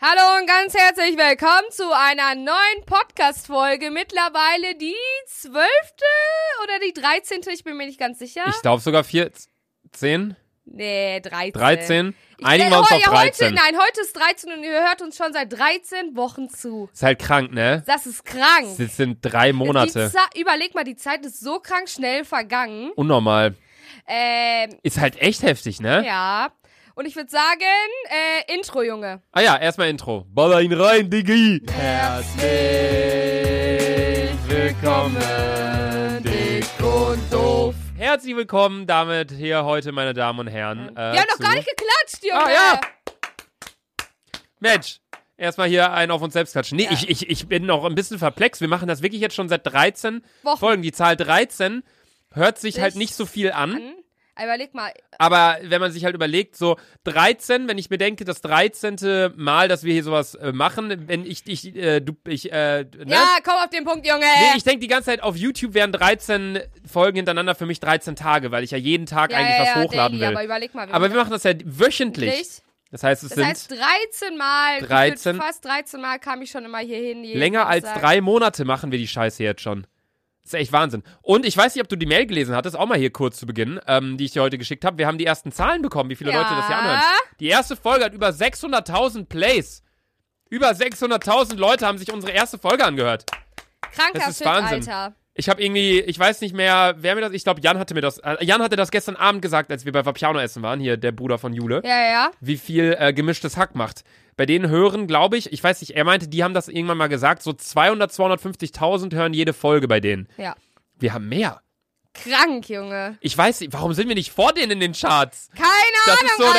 Hallo und ganz herzlich willkommen zu einer neuen Podcast-Folge. Mittlerweile die zwölfte oder die dreizehnte, ich bin mir nicht ganz sicher. Ich glaube sogar 14, nee, 13. 13. Ich Einigen werde wir uns heu- auf ja, 13. Heute, nein, heute ist 13 und ihr hört uns schon seit 13 Wochen zu. Ist halt krank, ne? Das ist krank. Das sind drei Die Monate. Za- Überleg mal, die Zeit ist so krank schnell vergangen. Unnormal. Ähm, Ist halt echt heftig, ne? ja. Und ich würde sagen, äh, Intro, Junge. Ah ja, erstmal Intro. Baller ihn rein, Diggi! Herzlich willkommen, dick und doof. Herzlich willkommen damit hier heute, meine Damen und Herren. Äh, Wir haben noch zu- gar nicht geklatscht, Junge. Ah, ja. Mensch, erstmal hier einen auf uns selbst klatschen. Nee, Ja. ich, ich, ich bin noch ein bisschen verplext. Wir machen das wirklich jetzt schon seit 13 Wochen. Folgen. Die Zahl 13 hört sich halt Sich nicht so viel an. Mann. Ah, Überleg mal, Aber wenn man sich halt überlegt, so 13, wenn ich mir denke, das 13. Mal, dass wir hier sowas äh, machen, wenn ich, ich, äh, du, ich, äh, ne? Ja, komm auf den Punkt, Junge. Nee, ich denke die ganze Zeit, auf YouTube wären 13 Folgen hintereinander für mich 13 Tage, weil ich ja jeden Tag ja, eigentlich ja, was ja, hochladen daily, will. Aber überleg mal. Aber, wir machen das ja wöchentlich. nicht. Das heißt, es Das sind heißt, 13 Mal, 13 gefühlt fast 13 Mal kam ich schon immer hier hin. jeden länger als Samstag. drei Monate machen wir die Scheiße jetzt schon. Das ist echt Wahnsinn. Und ich weiß nicht, ob du die Mail gelesen hattest, auch mal hier kurz zu Beginn, ähm, die ich dir heute geschickt habe. Wir haben die ersten Zahlen bekommen, wie viele Ja. Leute das hier anhören. Die erste Folge hat über 600.000 Plays. Über 600.000 Leute haben sich unsere erste Folge angehört. Kranker Das ist Shit, Wahnsinn. Alter. Ich habe irgendwie, ich weiß nicht mehr, wer mir das, ich glaube, Jan hatte mir das, äh, Jan hatte das gestern Abend gesagt, als wir bei Vapiano essen waren, hier der Bruder von Jule, Ja, ja, ja. wie viel äh, gemischtes Hack macht. Bei denen hören, glaube ich, ich weiß nicht, er meinte, die haben das irgendwann mal gesagt, so 200, 250.000 hören jede Folge bei denen. Ja. Wir haben mehr. Krank, Junge. Ich weiß nicht, warum sind wir nicht vor denen in den Charts? Keine Das Ahnung, ist so ne?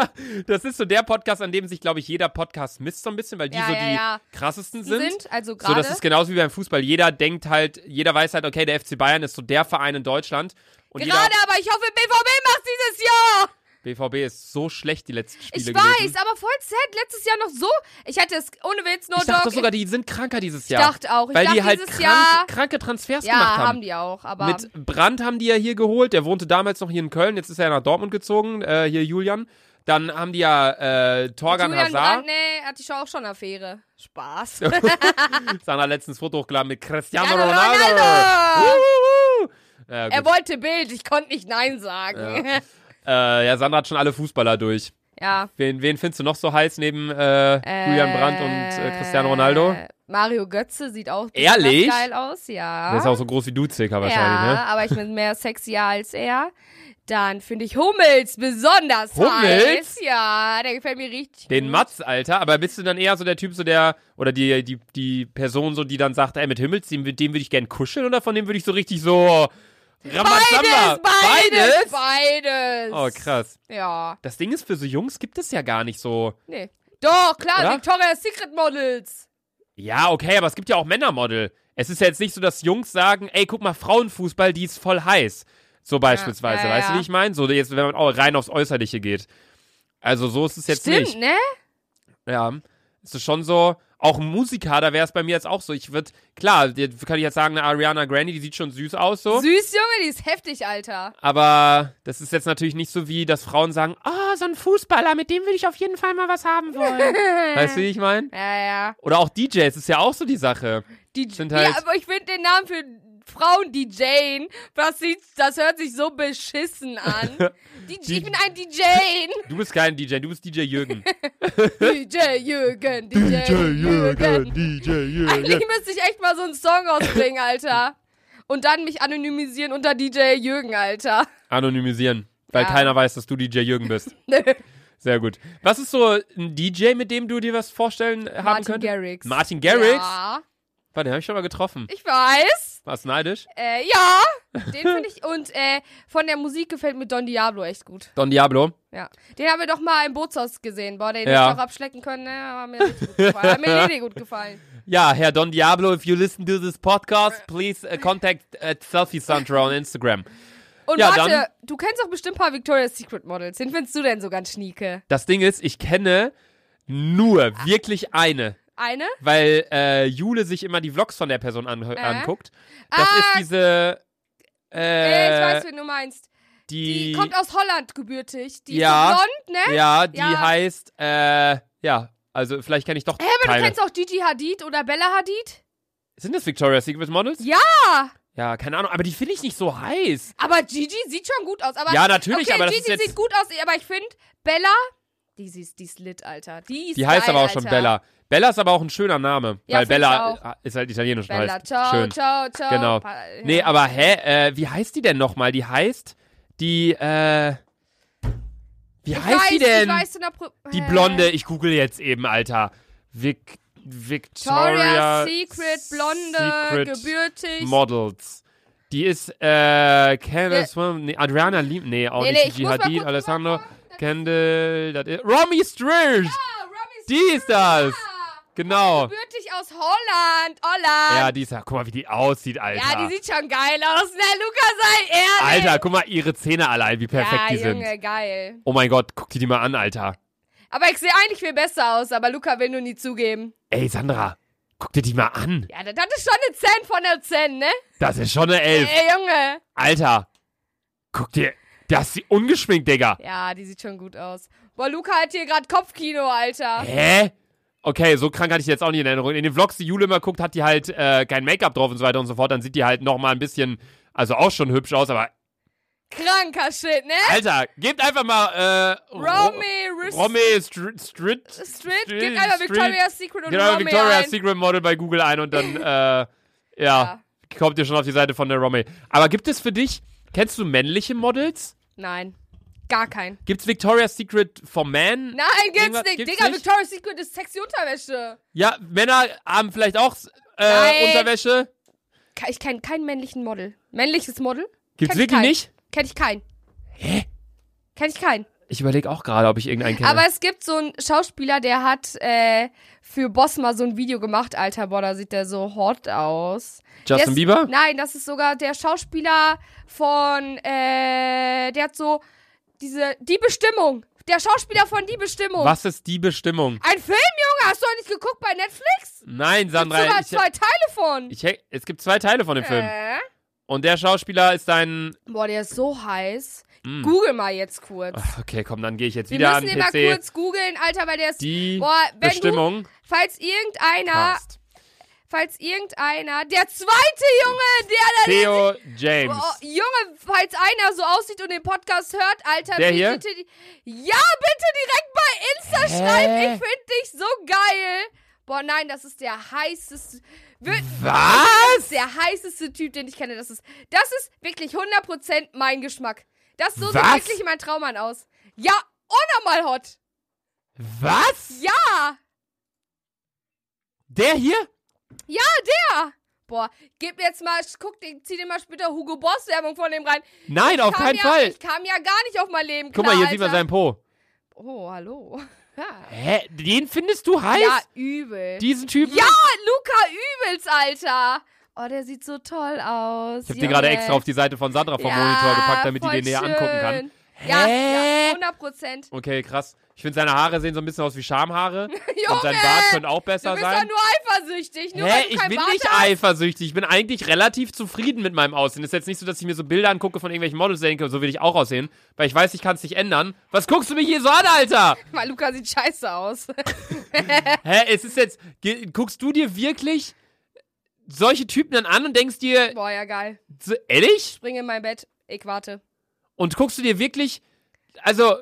Alter. der, das ist so der Podcast, an dem sich, glaube ich, jeder Podcast misst so ein bisschen, weil die Ja, so ja, die ja. krassesten sind, sind. also So, gerade. das ist genauso wie beim Fußball. Jeder denkt halt, jeder weiß halt, okay, der FC Bayern ist so der Verein in Deutschland. Und gerade, aber ich hoffe, BVB macht dieses Jahr. jeder BVB ist so schlecht die letzten Ich Spiele weiß, gewesen. aber voll sad. Letztes Jahr noch so. Ich hätte es ohne Witz, no Ich dachte joke. sogar, die sind kranker dieses ich Jahr. dachte auch. Ich weil dachte die halt dieses krank, Jahr. kranke Transfers Ja, gemacht haben. haben die auch, aber. Mit Brandt haben die ja hier geholt. Der wohnte damals noch hier in Köln. Jetzt ist er nach Dortmund gezogen. Äh, hier Julian. Dann haben die ja äh, Torgan Julian Hazard. Brandt, nee, hatte ich auch schon eine Affäre. Spaß. Sandra hat letztens Foto hochgeladen mit Cristiano Cristiano Ronaldo. Ronaldo. Wuhu. Ja, Er gut. wollte Bild, ich konnte nicht Nein sagen. Ja. äh, ja, Sandra hat schon alle Fußballer durch. Wen, wen findest du noch so heiß neben äh, Julian Brandt und äh, Cristiano Ronaldo? Mario Götze sieht auch Ehrlich? besonders geil aus, ja. Der ist auch so groß wie du, Zika ja, wahrscheinlich, ne? aber ich bin mehr sexier als er. Dann finde ich Hummels besonders Hummels? heiß. Ja, der gefällt mir richtig Den gut. Matz, Alter. Aber bist du dann eher so der Typ, so der, oder die, die, die Person, so, die dann sagt, ey, mit Himmels, dem, mit dem würde ich gern kuscheln oder von dem würde ich so richtig so. Rambazamba? Beides, beides, beides, Oh, krass. Ja, Das Ding ist, für so Jungs gibt es ja gar nicht so. nee. Doch, klar, Oder? Victoria's Secret Models. Ja, okay, aber es gibt ja auch Männermodel. Es ist ja jetzt nicht so, dass Jungs sagen, ey, guck mal, Frauenfußball, die ist voll heiß. So beispielsweise, ja, weißt du, ja. wie ich meine? So jetzt, wenn man auch rein aufs Äußerliche geht. Also so ist es jetzt Stimmt, nicht. ne? Ja, es ist schon so, auch ein Musiker, da wäre es bei mir jetzt auch so. Ich würde, klar, jetzt kann ich jetzt sagen, eine Ariana Grande, die sieht schon süß aus so. Süß, Junge, die ist heftig, Alter. aber das ist jetzt natürlich nicht so wie, dass Frauen sagen, ah, so ein Fußballer, mit dem würde ich auf jeden Fall mal was haben wollen. weißt du, wie ich meine? Ja, ja. Oder auch DJs, ist ja auch so die Sache. Die, Sind ja, halt- aber ich finde den Namen für Frauen DJ, das, sieht, das hört sich so beschissen an. DJ, ich bin ein DJ. Du bist kein DJ, du bist DJ Jürgen. DJ Jürgen, DJ, Jürgen. DJ Eigentlich müsste ich echt mal so einen Song rausbringen, Alter. Und dann mich anonymisieren unter DJ Jürgen, Alter. Anonymisieren, weil Ja. keiner weiß, dass du DJ Jürgen bist. Nö. Sehr gut. Was ist so ein DJ, mit dem du dir was vorstellen haben Martin könntest? Garrix. Martin Garrix? Ja, Warte, den habe ich schon mal getroffen. ich weiß. Warst du neidisch? Äh, ja, den finde ich. Und äh, von der Musik gefällt mir Don Diablo echt gut. Don Diablo. Ja. Den haben wir doch mal im Bootshaus gesehen. Boah, den hätte Ja. ich auch abschlecken können. Ne? Hat mir richtig gut gefallen. Hat mir richtig gut gefallen. Ja, Herr Don Diablo, if you listen to this podcast, please uh, contact at Selfie Sandra on Instagram. Und Ja, warte, dann- du kennst auch bestimmt ein paar Victoria's Secret Models. Den findest du denn so ganz schnieke? Das Ding ist, ich kenne nur wirklich eine, Eine? weil äh, Jule sich immer die Vlogs von der Person an anguckt. Das Äh? Ah. ist diese. Äh, Äh, ich weiß, wen du meinst. Die, die, kommt aus Holland gebürtig. Die Ja. ist so blond, ne? Ja, die Ja. heißt, äh, ja, Also vielleicht kenne ich doch Hä, aber du keine. kennst auch Gigi Hadid oder Bella Hadid? Sind das Victoria's Secret Models? Ja! Ja, keine Ahnung, aber die finde ich nicht so heiß. Aber Gigi sieht schon gut aus. Aber Ja, natürlich, okay, aber das Gigi ist jetzt- sieht gut aus, aber ich finde, Bella, die, sie ist, die ist lit, Alter. Die, ist Die heißt geil, aber auch schon Alter. Bella. Bella ist aber auch ein schöner Name, Ja, weil find ich Bella ist halt italienisch und Bella, heißt. ciao, Schön. ciao, ciao. Genau. Pa- ja. Nee, aber hä, äh, wie heißt die denn nochmal? Die heißt die, äh, wie ich heißt weiß, die denn? Ich weiß, in der Pro Die Hä? Blonde, ich google jetzt eben, Alter. Vic, Victoria Victoria's Secret, Blonde, Secret gebürtig. Models. Die ist, äh, Candace, nee, Adriana Lim, nee, auch Nee, nee, nicht. ich Gigi muss mal Hadid, kurz Alessandro, Kendall, das ist, Romy Sturge! Ah, Robbie Die ist das! Starr, Genau. Gebürtig aus Holland, Holland. Ja, die ist ja, guck mal, wie die aussieht, Alter. Ja, die sieht schon geil aus, ne? Luca, sei ehrlich. Alter, guck mal, ihre Zähne allein, wie perfekt ja, die Junge, sind. geil. Oh mein Gott, guck dir die mal an, Alter. Aber ich sehe eigentlich viel besser aus, aber Luca will nur nie zugeben. Ey, Sandra, guck dir die mal an. Ja, das das ist schon eine 10 von der 10, ne? Das ist schon eine Elf. Ey, Junge. Alter, guck dir, das ist ungeschminkt, Digga. Ja, die sieht schon gut aus. Boah, Luca hat hier gerade Kopfkino, Alter. Hä? Okay, so krank hatte ich die jetzt auch nicht in Erinnerung. In den Vlogs, die Jule immer guckt, hat die halt äh, kein Make-up drauf und so weiter und so fort. Dann sieht die halt nochmal ein bisschen, also auch schon hübsch aus, aber Kranker Shit, ne? Alter, gebt einfach mal äh, Romy, Riss- Romy Str- Strit. Street, Stri- gib einfach Street- Victoria's Secret und Gebt einfach Romy Victoria's ein. Genau, Secret Model bei Google ein und dann, äh, ja, Ja. kommt ihr schon auf die Seite von der Romy. Aber gibt es für dich, kennst du männliche Models? Nein, gar kein. Gibt's Victoria's Secret for Man? Nein, gibt's Irgendwas- nicht. gibt's Digga, nicht? Victoria's Secret ist sexy Unterwäsche. Ja, Männer haben vielleicht auch äh, Nein. Unterwäsche. Ke- Ich kenne keinen männlichen Model. Männliches Model? Gibt's Kenn ich wirklich keinen. nicht? Kenn ich keinen. Hä? Kenn ich keinen. Ich überlege auch gerade, ob ich irgendeinen kenne. Aber es gibt so einen Schauspieler, der hat äh, für Boss mal so ein Video gemacht. Alter, boah, da sieht der so hot aus. Der Justin ist, Bieber? Nein, das ist sogar der Schauspieler von, äh, der hat so diese, die Bestimmung. Der Schauspieler von Die Bestimmung. Was ist die Bestimmung? Ein Film, Junge, hast du doch nicht geguckt bei Netflix? Nein, Sandra, Sogar ich, zwei Teile von. ich, hä- es gibt zwei Teile von dem Film. äh? Und der Schauspieler ist ein... Boah, der ist so heiß. Mm. Google mal jetzt kurz. Ach, Okay, komm, dann gehe ich jetzt Wir wieder an müssen den den mal PC. kurz googeln, Alter, weil der ist. Die Boah, wenn Bestimmung. du, falls irgendeiner, Cast. falls irgendeiner, der zweite Junge, der da, Theo James. oh, Junge, falls einer so aussieht und den Podcast hört, Alter, Der bitte, hier? ja, bitte direkt bei Insta Hä? schreiben, ich finde dich so geil. Boah, nein, das ist der heißeste, wir- das Was? ist der heißeste Typ, den ich kenne. Das ist, das ist wirklich 100% mein Geschmack. Das so sieht Was? wirklich mein Traummann aus. Ja, unnormal hot. Was? Ja. Der hier? Boah, gib jetzt mal, guck, den- zieh dir mal später Hugo Boss Werbung von dem rein. Nein, auf Kam keinen ja, Fall. Ich kam ja gar nicht auf mein Leben. Guck klar, mal, hier Alter. sieht man seinen Po. Oh, hallo. Ja, Hä? Den findest du heiß? ja übel. Diesen Typen? ja, Luca, übelst, Alter. Oh, der sieht so toll aus. Ich hab den gerade Junge. extra auf die Seite von Sandra vom ja, Monitor gepackt, damit die voll den näher schön. angucken kann. Ja, Hä? ja, 100 Prozent. Okay, krass. Ich finde, seine Haare sehen so ein bisschen aus wie Schamhaare. Junge, und sein Bart könnte auch du besser bist doch sein. nur eifersüchtig. Nur Hä, weil du ich keinen bin Bart nicht hast. eifersüchtig. Ich bin eigentlich relativ zufrieden mit meinem Aussehen. Ist jetzt nicht so, dass ich mir so Bilder angucke von irgendwelchen Models denke, so will ich auch aussehen. Weil ich weiß, ich kann es nicht ändern. Was guckst du mich hier so an, Alter? Weil Luca sieht scheiße aus. Hä, es ist jetzt. ge- Guckst du dir wirklich solche Typen dann an und denkst dir, Boah, ja, geil. so, ehrlich? Spring in mein Bett. Ich warte. Und guckst du dir wirklich. Also.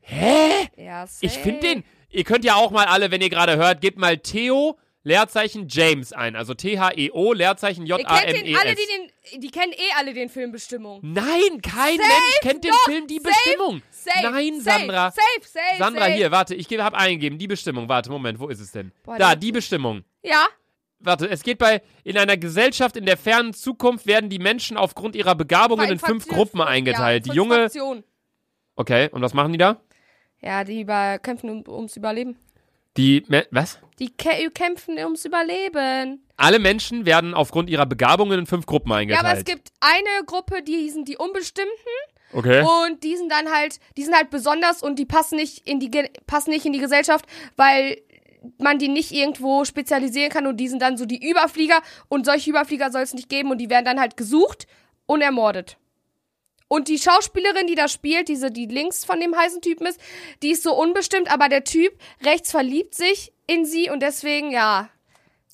Hä? Ja, safe. Ich finde den. Ihr könnt ja auch mal alle, wenn ihr gerade hört, gebt mal Theo Leerzeichen James ein. Also T-H-E-O Leerzeichen Ihr kennt E den alle, die J-A-M-E-S. den. Die kennen eh alle den Film Bestimmung. Nein, kein Mensch kennt den Film Die Bestimmung. Safe, Nein, safe, Sandra. Safe, safe. Sandra, safe. hier, warte, ich gebe- hab eingegeben. Die Bestimmung, warte, Moment, wo ist es denn? Boah, da, der- die Bestimmung. Ja. Warte, es geht bei, in einer Gesellschaft in der fernen Zukunft werden die Menschen aufgrund ihrer Begabungen in fünf Fraktion- Gruppen ja, in eingeteilt. Die fünf Junge, Fraktionen. okay, und was machen die da? Ja, die über kämpfen um, ums Überleben. Die, Me- was? Die kä kämpfen ums Überleben. Alle Menschen werden aufgrund ihrer Begabungen in fünf Gruppen Ja, eingeteilt. aber es gibt eine Gruppe, die hießen die Unbestimmten. Okay. Und die sind dann halt, die sind halt besonders und die passen nicht in die Ge- passen nicht in die Gesellschaft, weil man die nicht irgendwo spezialisieren kann und die sind dann so die Überflieger und solche Überflieger soll es nicht geben und die werden dann halt gesucht und ermordet. Und die Schauspielerin, die da spielt, diese, die links von dem heißen Typen ist, die ist so unbestimmt, aber der Typ rechts verliebt sich in sie und deswegen, ja.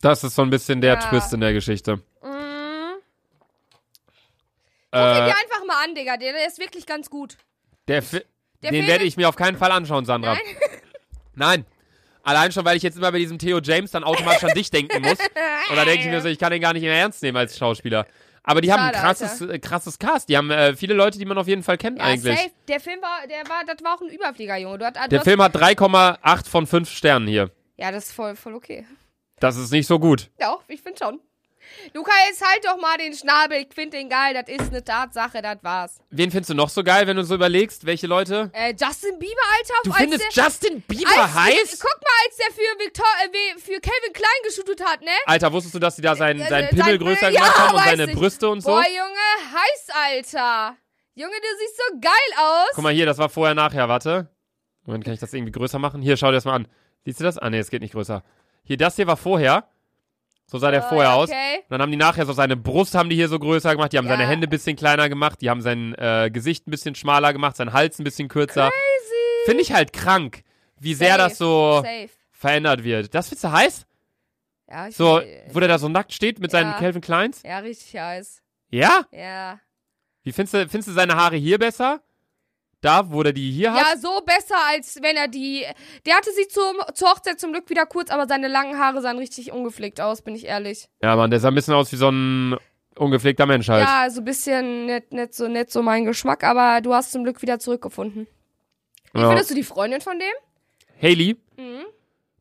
Das ist so ein bisschen der Ja. Twist in der Geschichte. Mm. Guck ihn Äh, dir einfach mal an, Digga. Der, der ist wirklich ganz gut. der Fi der den Film werde ist- ich mir auf keinen Fall anschauen, Sandra. Nein. Allein schon, weil ich jetzt immer bei diesem Theo James dann automatisch an dich denken muss. Und da denke ich mir so, ich kann den gar nicht mehr ernst nehmen als Schauspieler. Aber die haben ein Schade, krasses, äh, krasses Cast. Die haben äh, viele Leute, die man auf jeden Fall kennt Ja, eigentlich. safe. Der Film war, der war, das war auch ein Überflieger, Junge. Du hast, du Der hast, Film hat 3,8 von 5 Sternen hier. Ja, das ist voll, voll okay. Das ist nicht so gut. Ja, auch, ich finde schon. Luca, jetzt halt doch mal den Schnabel. Ich finde den geil. Das ist eine Tatsache. Das war's. Wen findest du noch so geil, wenn du so überlegst, welche Leute? Äh, Justin Bieber, Alter. Du als findest der- Justin Bieber als, heiß? Guck mal, als der für, Victor, äh, we- für Calvin Klein geshootet hat, ne? Alter, wusstest du, dass die da seinen, Äh, seinen sein Pimmel Pimmel- größer Ja, gemacht haben und weiß seine ich. Brüste und so? Boah, Junge, heiß, Alter. Junge, du siehst so geil aus. Guck mal hier, das war vorher, nachher, warte. Moment, kann ich das irgendwie größer machen? Hier, schau dir das mal an. Siehst du das? Ah, nee, es geht nicht größer. Hier, das hier war vorher. So sah der Äh, vorher aus. Okay. Und dann haben die nachher so seine Brust haben die hier so größer gemacht, die haben Ja. seine Hände ein bisschen kleiner gemacht, die haben sein äh, Gesicht ein bisschen schmaler gemacht, seinen Hals ein bisschen kürzer. Crazy. Finde ich halt krank, wie sehr Safe, das so Safe. verändert wird. Das findest du heiß? Ja, ich So, find- wo der da so nackt steht mit seinen Ja. Calvin Kleins? ja, richtig heiß. Ja? Ja. Wie findest du, findest du seine Haare hier besser? Da, wo der die hier hat? Ja, so besser, als wenn er die. Der hatte sie zum, zur Hochzeit zum Glück wieder kurz, aber seine langen Haare sahen richtig ungepflegt aus, bin ich ehrlich. Ja, Mann, der sah ein bisschen aus wie so ein ungepflegter Mensch halt. Ja, so ein bisschen nicht, nicht, so, nicht so mein Geschmack, aber du hast zum Glück wieder zurückgefunden. Wie Ja. findest du die Freundin von dem? Hailey Mhm.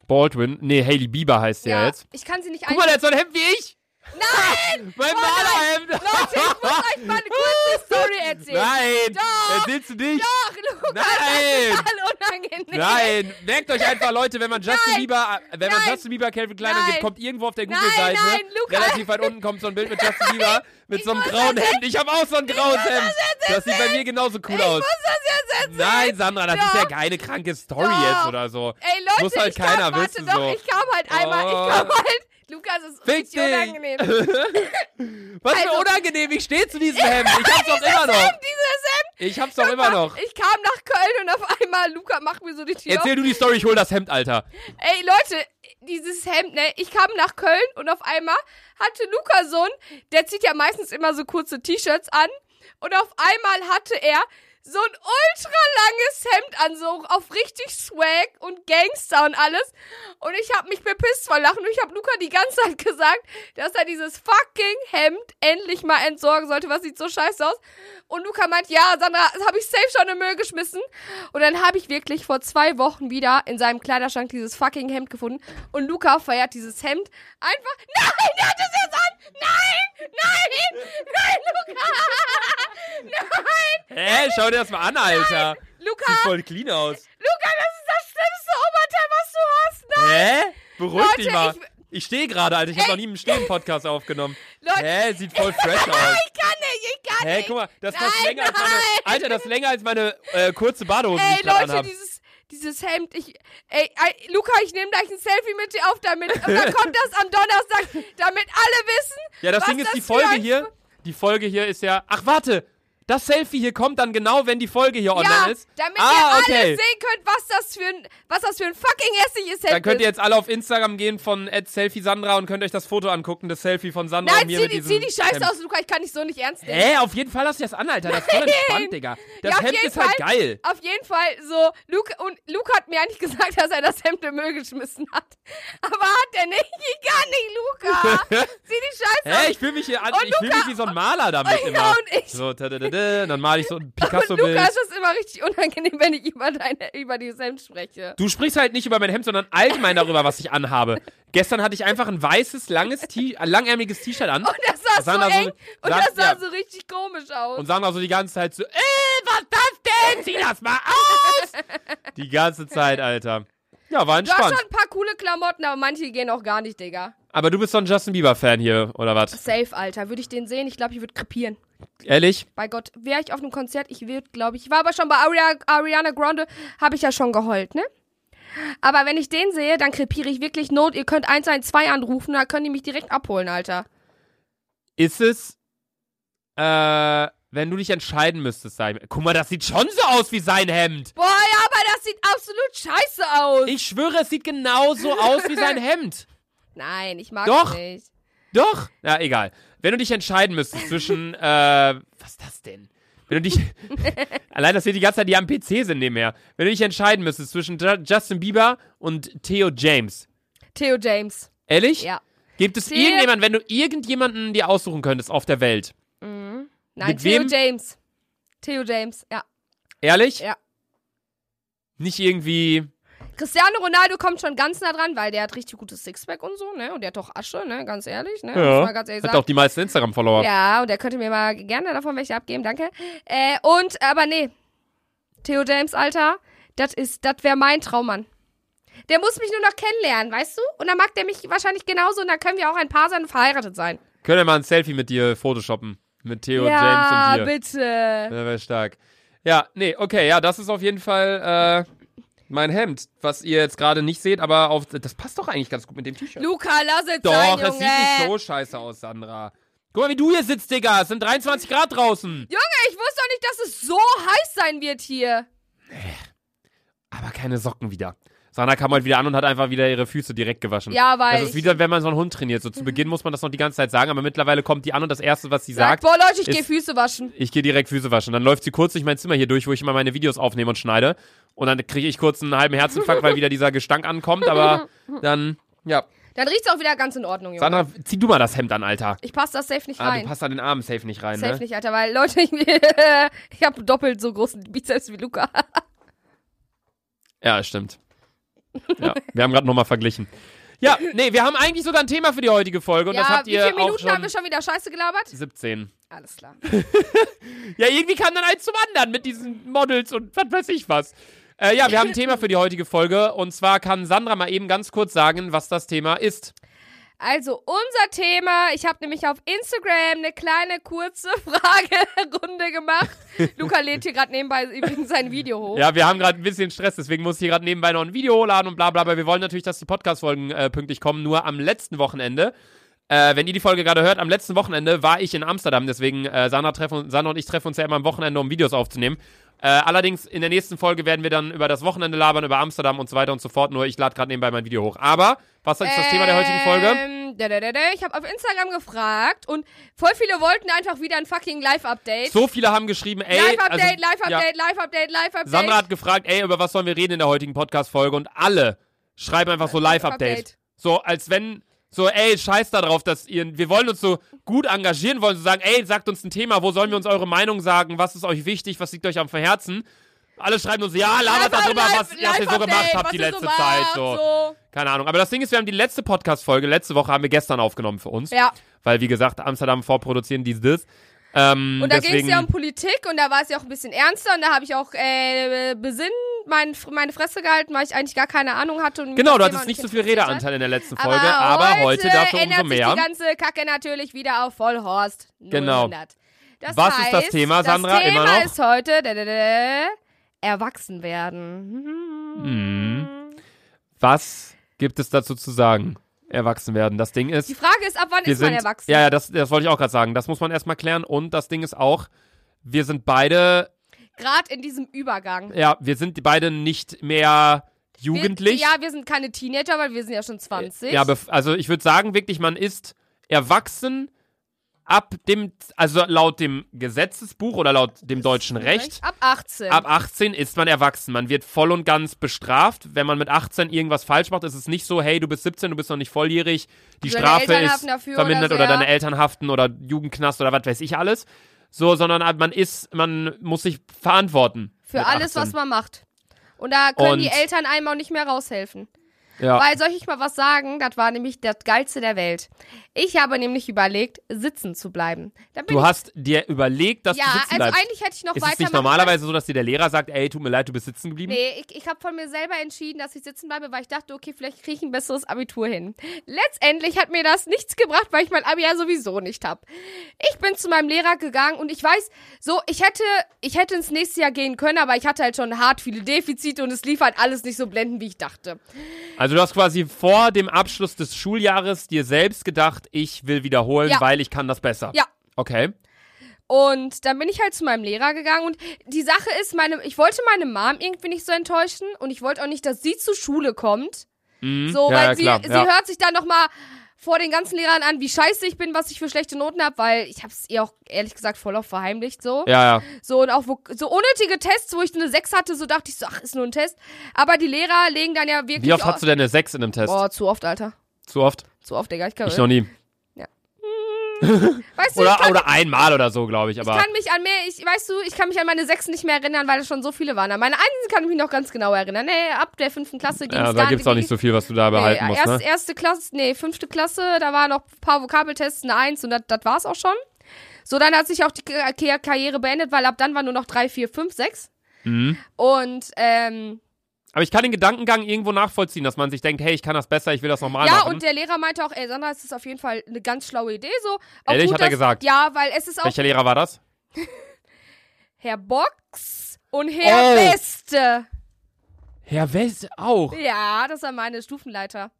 Baldwin, nee, Hailey Bieber heißt der jetzt. Ich kann sie nicht Guck mal, der hat so ein Hemd wie ich! Nein! mein Malerhemd! Leute, ich muss euch mal eine kurze Story erzählen. Nein! Doch! Erzählst du nicht! Doch, Luca, Nein! das ist total unangenehm. Nein! Merkt euch einfach, Leute, wenn man Justin Nein! Bieber, äh, wenn man Nein! Justin Bieber Calvin Klein Nein! angibt, kommt irgendwo auf der Google-Seite, nein, Luca! relativ weit unten kommt so ein Bild mit Justin Bieber mit so einem grauen Hemd. Ich habe auch so ein graues Hemd. Das sieht bei mir genauso cool aus. Muss das jetzt erzählen? Nein, Sandra, das ist ja keine kranke Story Doch! jetzt oder so. Ey, Leute, Muss halt ich keiner kam, warte, wissen, doch, so. ich kam halt einmal, Oh. ich kam halt. Lukas ist Fick richtig dich. unangenehm. Was für Also- unangenehm, ich stehe zu diesem Hemd. Ich hab's doch immer noch. Dieses Hemd, Ich hab's doch immer noch. Ich kam nach Köln und auf einmal, Luca macht mir so die Tür Erzähl du die Story, ich hol das Hemd, Alter. auf. Ey, Leute, dieses Hemd, ne? Ich kam nach Köln und auf einmal hatte Luca so ein, der zieht ja meistens immer so kurze T-Shirts an. Und auf einmal hatte er so ein ultralanges Hemd an, so auf richtig Swag und Gangster und alles. Und ich habe mich bepisst vor Lachen. Und ich habe Luca die ganze Zeit gesagt, dass er dieses fucking Hemd endlich mal entsorgen sollte. Was sieht so scheiße aus? Und Luca meint, ja, Sandra, das habe ich safe schon in den Müll geschmissen. Und dann habe ich wirklich vor zwei Wochen wieder in seinem Kleiderschrank dieses fucking Hemd gefunden. Und Luca feiert dieses Hemd einfach. Nein, er hat es jetzt an! Nein! Nein! Nein, Luca! Nein! Hä, schau dir das mal an, Alter. Sieht Luca! voll clean aus. Luca, das ist das schlimmste Oberteil, was du hast! Nein! Hä? Beruhig Leute, dich mal. ich- Ich stehe gerade, Alter. Ich habe noch nie einen stehen Podcast aufgenommen. Leute- Hä? Sieht voll fresh aus. Ich kann nicht, ich kann Hä, nicht! guck mal, das passt Nein, länger als meine. nein. Alter, das ist länger als meine äh, kurze Badehose, die Ey, ich gerade Leute, anhabe. dieses, dieses Hemd, ich, ey, ey, Luca, ich nehme gleich ein Selfie mit dir auf, damit, und dann kommt das am Donnerstag, damit alle wissen. Ja, das was Ding ist, die für Folge ein- hier. Die Folge hier ist ja. Ach, warte! Das Selfie hier kommt dann genau, wenn die Folge hier Ja, online ist. damit ah, ihr okay. alle sehen könnt, was das für ein, was das für ein fucking hässliches Hemd Dann könnt ihr ist. jetzt alle auf Instagram gehen von @selfiesandra und könnt euch das Foto angucken, das Selfie von Sandra Nein, und mir zieh mit die, diesem zieh die Scheiße Hemd. aus, Luca, ich kann dich so nicht ernst nehmen. Hä, auf jeden Fall hast du das an, Alter. Das ist voll entspannt, Digga. Das Ja, auf Hemd jeden ist halt Fall. geil. Auf jeden Fall so, Luke, und Luke hat mir eigentlich gesagt, dass er das Hemd im Müll geschmissen hat. Aber hat er nicht, ich kann nicht, Luca. Zieh die Scheiße Hä, aus. ich fühle mich hier an, Und ich fühle mich wie so ein Maler damit immer. Ja, und ich. So, tadadada, dann male ich so ein Und Luca Picasso-Bild. ist das immer richtig unangenehm, wenn ich über deine, über dieses Hemd spreche. Du sprichst halt nicht über mein Hemd, sondern allgemein darüber, was ich anhabe. Gestern hatte ich einfach ein weißes, langes, T äh, langärmiges T-Shirt an. Und das sah Das sah so da so- eng und sah- das sah ja. so richtig komisch aus. Und Sandra so die ganze Zeit so, äh, was das denn? Sieh das mal aus! Die ganze Zeit, Alter. Ja, war du hast entspannt. schon ein paar coole Klamotten, aber manche gehen auch gar nicht, Digga. Aber du bist so ein Justin Bieber-Fan hier, oder was? Safe, Alter. Würde ich den sehen, ich glaube, ich würde krepieren. Ehrlich? Bei Gott, wäre ich auf einem Konzert, ich würde, glaube ich. Ich war aber schon bei Aria, Ariana Grande, habe ich ja schon geheult, ne? Aber wenn ich den sehe, dann krepiere ich wirklich Not. Ihr könnt 112 anrufen, da können die mich direkt abholen, Alter. Ist es, äh, wenn du dich entscheiden müsstest, sag ich mir. Guck mal, das sieht schon so aus wie sein Hemd. Boah, ja, aber das sieht absolut scheiße aus. Ich schwöre, es sieht genauso aus wie sein Hemd. Nein, ich mag Doch. nicht. Doch. Na, egal. Wenn du dich entscheiden müsstest zwischen, äh, was ist das denn? Wenn du dich, allein, dass wir die ganze Zeit hier am PC sind nebenher. Wenn du dich entscheiden müsstest zwischen Ju- Justin Bieber und Theo James. Theo James. Ehrlich? Ja. Gibt es Theo- irgendjemanden, wenn du irgendjemanden dir aussuchen könntest auf der Welt? Nein, Mit Theo wem? James. Theo James, ja. Ehrlich? Ja. Nicht irgendwie, Cristiano Ronaldo kommt schon ganz nah dran, weil der hat richtig gutes Sixpack und so, ne? Und der hat doch Asche, ne? Ganz ehrlich, ne? Muss ja, man ganz ehrlich hat sagen. auch die meisten Instagram-Follower. Ja, und der könnte mir mal gerne davon welche abgeben, danke. Äh, und, aber nee. Theo James, Alter, das ist, das wäre mein Traummann. Der muss mich nur noch kennenlernen, weißt du? Und dann mag der mich wahrscheinlich genauso und dann können wir auch ein Paar sein und verheiratet sein. Können wir mal ein Selfie mit dir photoshoppen? Mit Theo, ja, James und dir. bitte. Ja, wäre stark. Ja, nee, okay, ja, das ist auf jeden Fall äh, mein Hemd, was ihr jetzt gerade nicht seht, aber auf, das passt doch eigentlich ganz gut mit dem T-Shirt. Luca, lass es sein, Doch, Junge. es sieht nicht so scheiße aus, Sandra. Guck mal, wie du hier sitzt, Digga. Es sind 23 Grad draußen. Junge, ich wusste doch nicht, dass es so heiß sein wird hier. Aber keine Socken wieder. Sandra kam heute wieder an und hat einfach wieder ihre Füße direkt gewaschen. Ja, weil Das ist ich- Mhm. wieder, wenn man so einen Hund trainiert. So zu Beginn muss man das noch die ganze Zeit sagen, aber mittlerweile kommt die an und das Erste, was sie sagt, boah, Leute, ich gehe ist- Füße waschen. ich gehe direkt Füße waschen. Dann läuft sie kurz durch mein Zimmer hier durch, wo ich immer meine Videos aufnehme und schneide. Und dann kriege ich kurz einen halben Herzinfarkt, weil wieder dieser Gestank ankommt. Aber dann, ja. Dann riecht's auch wieder ganz in Ordnung, Junge. Sandra, zieh du mal das Hemd an, Alter. ich passe das safe nicht Ah, du rein. passt an den Armen safe nicht rein, Safe ne? nicht, Alter, weil Leute, ich, ich habe doppelt so großen Bizeps wie Luca. Ja, stimmt. Ja, wir haben gerade nochmal verglichen. Ja, nee, wir haben eigentlich sogar ein Thema für die heutige Folge. Und ja, das habt wie ihr viele Minuten auch schon haben wir schon wieder Scheiße gelabert? 17. Alles klar. Ja, irgendwie kam dann eins zum anderen mit diesen Models und was weiß ich was. Äh, ja, wir haben ein Thema für die heutige Folge. Und zwar kann Sandra mal eben ganz kurz sagen, was das Thema ist. Also unser Thema, ich habe nämlich auf Instagram eine kleine kurze Fragerunde gemacht. Luca lädt hier gerade nebenbei übrigens sein Video hoch. Ja, wir haben gerade ein bisschen Stress, deswegen muss ich hier gerade nebenbei noch ein Video hochladen und bla bla, aber wir wollen natürlich, dass die Podcast-Folgen äh, pünktlich kommen, nur am letzten Wochenende. Äh, wenn ihr die Folge gerade hört, am letzten Wochenende war ich in Amsterdam, deswegen äh, Sandra, treffen, Sandra und ich treffen uns ja immer am Wochenende, um Videos aufzunehmen. Äh, allerdings in der nächsten Folge werden wir dann über das Wochenende labern, über Amsterdam und so weiter und so fort, nur ich lade gerade nebenbei mein Video hoch. Aber, was ist das Thema der heutigen Folge? Ähm, da, da, da, da. Ich habe auf Instagram gefragt und voll viele wollten einfach wieder ein fucking Live-Update. So viele haben geschrieben, ey... Live-Update, also- Ja. Live-Update, Live-Update, Live-Update. Sandra hat gefragt, ey, über was sollen wir reden in der heutigen Podcast-Folge? Und alle schreiben einfach so Live-Update. Live-Update. So, als wenn, so, ey, scheiß da drauf, dass ihr, wir wollen uns so gut engagieren, wollen so sagen, ey, sagt uns ein Thema, wo sollen wir uns eure Meinung sagen, was ist euch wichtig, was liegt euch am Herzen? Alle schreiben uns, ja, labert Live-Update, darüber, was, was ihr so Live-Update, gemacht was habt die ihr so letzte Zeit. macht, So. so. Keine Ahnung. Aber das Ding ist, wir haben die letzte Podcast-Folge, letzte Woche haben wir gestern aufgenommen für uns. Ja. Weil, wie gesagt, Amsterdam vorproduzieren, dies, das. Ähm, Und da ging deswegen, es ja um Politik und da war es ja auch ein bisschen ernster und da habe ich auch äh, besinnend mein, meine Fresse gehalten, weil ich eigentlich gar keine Ahnung hatte. Und Genau, du das Thema hattest nicht so mich viel interessiert hat. Redeanteil in der letzten Folge, aber heute dafür ändert umso mehr. Sich die ganze Kacke natürlich wieder auf Vollhorst. 000. Genau. Das Was heißt, ist das Thema, Sandra? Das Thema Immer noch? ist heute da, da, da, erwachsen werden. Mhm. Was gibt es dazu zu sagen? Erwachsen werden. Das Ding ist, Die Frage ist, ab wann wir ist sind. man erwachsen? Ja, ja, das, das wollte ich auch gerade sagen. Das muss man erstmal klären. Und das Ding ist auch, wir sind beide, Gerade in diesem Übergang. ja, wir sind beide nicht mehr jugendlich. Wir, ja, wir sind keine Teenager, weil wir sind ja schon 20. Ja, bef- also ich würde sagen, wirklich, man ist erwachsen ab dem, also laut dem Gesetzesbuch oder laut dem deutschen Recht. Mhm. Ab 18. Ab 18 ist man erwachsen. Man wird voll und ganz bestraft. Wenn man mit 18 irgendwas falsch macht, ist es nicht so, hey, du bist 17, du bist noch nicht volljährig, die Deine Strafe Eltern ist haften dafür vermindert oder so, oder ja. deine Eltern haften oder Jugendknast oder was weiß ich alles. So, sondern man ist, man muss sich verantworten. Für alles, was man macht. Und da können die Und- Eltern einem auch nicht mehr raushelfen. man. Ja. Weil, soll ich mal was sagen? Das war nämlich das Geilste der Welt. Ich habe nämlich überlegt, sitzen zu bleiben. Dann bin Du hast dir überlegt, dass ich, ja, du sitzen also bleibst. eigentlich hätte ich noch Ist weiter. es nicht normalerweise so, dass dir der Lehrer sagt, ey, tut mir leid, du bist sitzen geblieben? Nee, ich, ich habe von mir selber entschieden, dass ich sitzen bleibe, weil ich dachte, okay, vielleicht kriege ich ein besseres Abitur hin. Letztendlich hat mir das nichts gebracht, weil ich mein Abi ja sowieso nicht hab. Ich bin zu meinem Lehrer gegangen und ich weiß, so, ich hätte, ich hätte ins nächste Jahr gehen können, aber ich hatte halt schon hart viele Defizite und es lief halt alles nicht so blendend, wie ich dachte. Also du hast quasi vor dem Abschluss des Schuljahres dir selbst gedacht, ich will wiederholen, Ja. weil ich kann das besser. Ja. Okay. Und dann bin ich halt zu meinem Lehrer gegangen und die Sache ist, meine, ich wollte meine Mom irgendwie nicht so enttäuschen und ich wollte auch nicht, dass sie zur Schule kommt. Mhm. So, ja, weil ja, sie, klar, sie ja. hört sich dann nochmal vor den ganzen Lehrern an, wie scheiße ich bin, was ich für schlechte Noten habe, weil ich hab's ihr auch ehrlich gesagt voll auf verheimlicht so. Ja, ja. So und auch wo, so unnötige Tests, wo ich eine 6 hatte, so dachte ich so, ach, ist nur ein Test. Aber die Lehrer legen dann ja wirklich Wie oft au- hast du denn eine 6 in einem Test? Boah, zu oft, Alter. Zu oft? Zu oft, Digga. Ich kann, Ich noch nie. weißt du, ich Oder, kann, oder einmal oder so, glaube ich. ich Aber kann mich an mehr, ich weißt du, ich kann mich an meine sechs nicht mehr erinnern, weil es schon so viele waren. An meine Einsen kann ich mich noch ganz genau erinnern. Nee, ab der fünften Klasse ging es ja, da gibt es auch nicht so viel, was du da behalten musst. erst, Ne? Erste Klasse, nee, fünfte Klasse, da waren noch ein paar Vokabeltests, eine Eins und das das war's auch schon. So, dann hat sich auch die Ka- Ka- Karriere beendet, weil ab dann waren nur noch drei, vier, fünf, sechs. Mhm. Und, ähm, Aber ich kann den Gedankengang irgendwo nachvollziehen, dass man sich denkt, hey, ich kann das besser, ich will das nochmal ja, machen. und der Lehrer meinte auch, ey, Sandra, es ist auf jeden Fall eine ganz schlaue Idee, so. Auch Ehrlich, hat er dass- gesagt? Ja, weil es ist auch Welcher Lehrer war das? Herr Box und Herr Oh. Beste. Herr West auch. Ja, das waren meine Stufenleiter.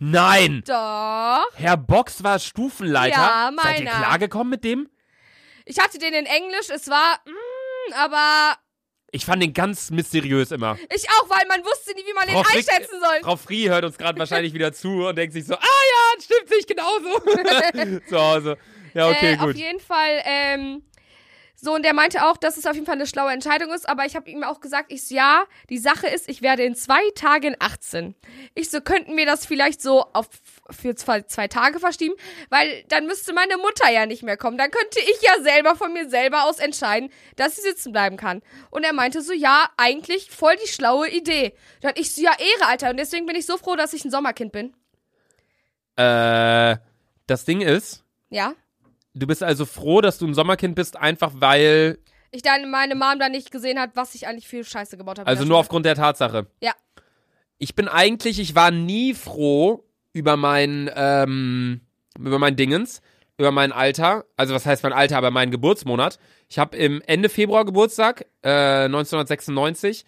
Nein! Doch. Herr Box war Stufenleiter. Ja, Seid ihr meiner. klargekommen mit dem? Ich hatte den in Englisch, es war, mm, aber Ich fand den ganz mysteriös immer. ich auch, weil man wusste nie, wie man den Frau Frick- einschätzen soll. Frau Frie hört uns gerade wahrscheinlich wieder zu und denkt sich so, ah ja, stimmt sich genauso. zu Hause. Ja, okay, äh, gut. Auf jeden Fall, ähm, so, und der meinte auch, dass es auf jeden Fall eine schlaue Entscheidung ist, aber ich habe ihm auch gesagt, ich so, ja, die Sache ist, ich werde in zwei Tagen 18. Ich so, könnten wir das vielleicht so auf, für zwei, zwei Tage verschieben, weil dann müsste meine Mutter ja nicht mehr kommen. Dann könnte ich ja selber von mir selber aus entscheiden, dass sie sitzen bleiben kann. Und er meinte so, ja, eigentlich voll die schlaue Idee. Dann ich so, ja, Ehre, Alter. Und deswegen bin ich so froh, dass ich ein Sommerkind bin. Äh, das Ding ist, Ja. du bist also froh, dass du ein Sommerkind bist, einfach weil, ich dann meine Mom da nicht gesehen hat, was ich eigentlich für Scheiße gebaut habe. also Ja, nur aufgrund der Tatsache. Ja. Ich bin eigentlich, ich war nie froh über mein, ähm, über mein Dingens, über mein Alter. Also was heißt mein Alter, aber meinen Geburtsmonat. Ich habe im Ende Februar Geburtstag, äh, 1996.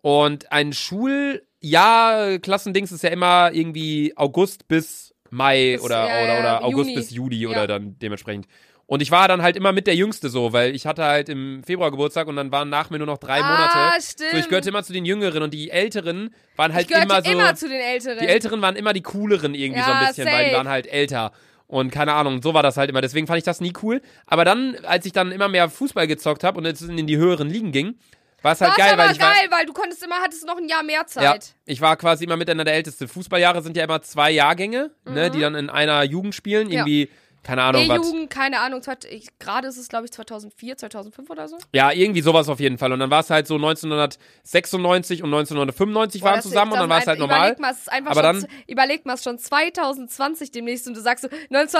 Und ein Schuljahr, Klassendings ist ja immer irgendwie August bis Mai Bis, oder, ja, oder, ja, oder Juni. August bis Juli Ja. oder dann dementsprechend. Und ich war dann halt immer mit der Jüngste so, weil ich hatte halt im Februar Geburtstag und dann waren nach mir nur noch drei Monate. Ah, stimmt. So, ich gehörte immer zu den Jüngeren und die Älteren waren halt ich gehörte immer so. zu den Älteren. die Älteren waren immer die cooleren irgendwie so ein Ja, bisschen, weil die safe. waren halt älter. Und keine Ahnung, so war das halt immer. Deswegen fand ich das nie cool. Aber dann, als ich dann immer mehr Fußball gezockt habe und jetzt in die höheren Ligen ging, war es halt War's geil, aber weil ich war. geil, halt. weil du konntest immer, hattest noch ein Jahr mehr Ja, Zeit. ich war quasi immer miteinander der Älteste. Fußballjahre sind ja immer zwei Jahrgänge, ne, die dann in einer Jugend spielen. Mhm. Ja. E Irgendwie, keine Ahnung, was. E-Jugend, keine Ahnung, zweit- ich- gerade ist es, glaube ich, 2004, 2005 oder so. Ja, irgendwie sowas auf jeden Fall. Und dann war es halt so 1996 und 1995 Boah, waren das- zusammen und das- dann war es halt normal. Überleg mal, es ist einfach Aber schon, z- dann- überleg mal, es ist schon 2020 demnächst und du sagst so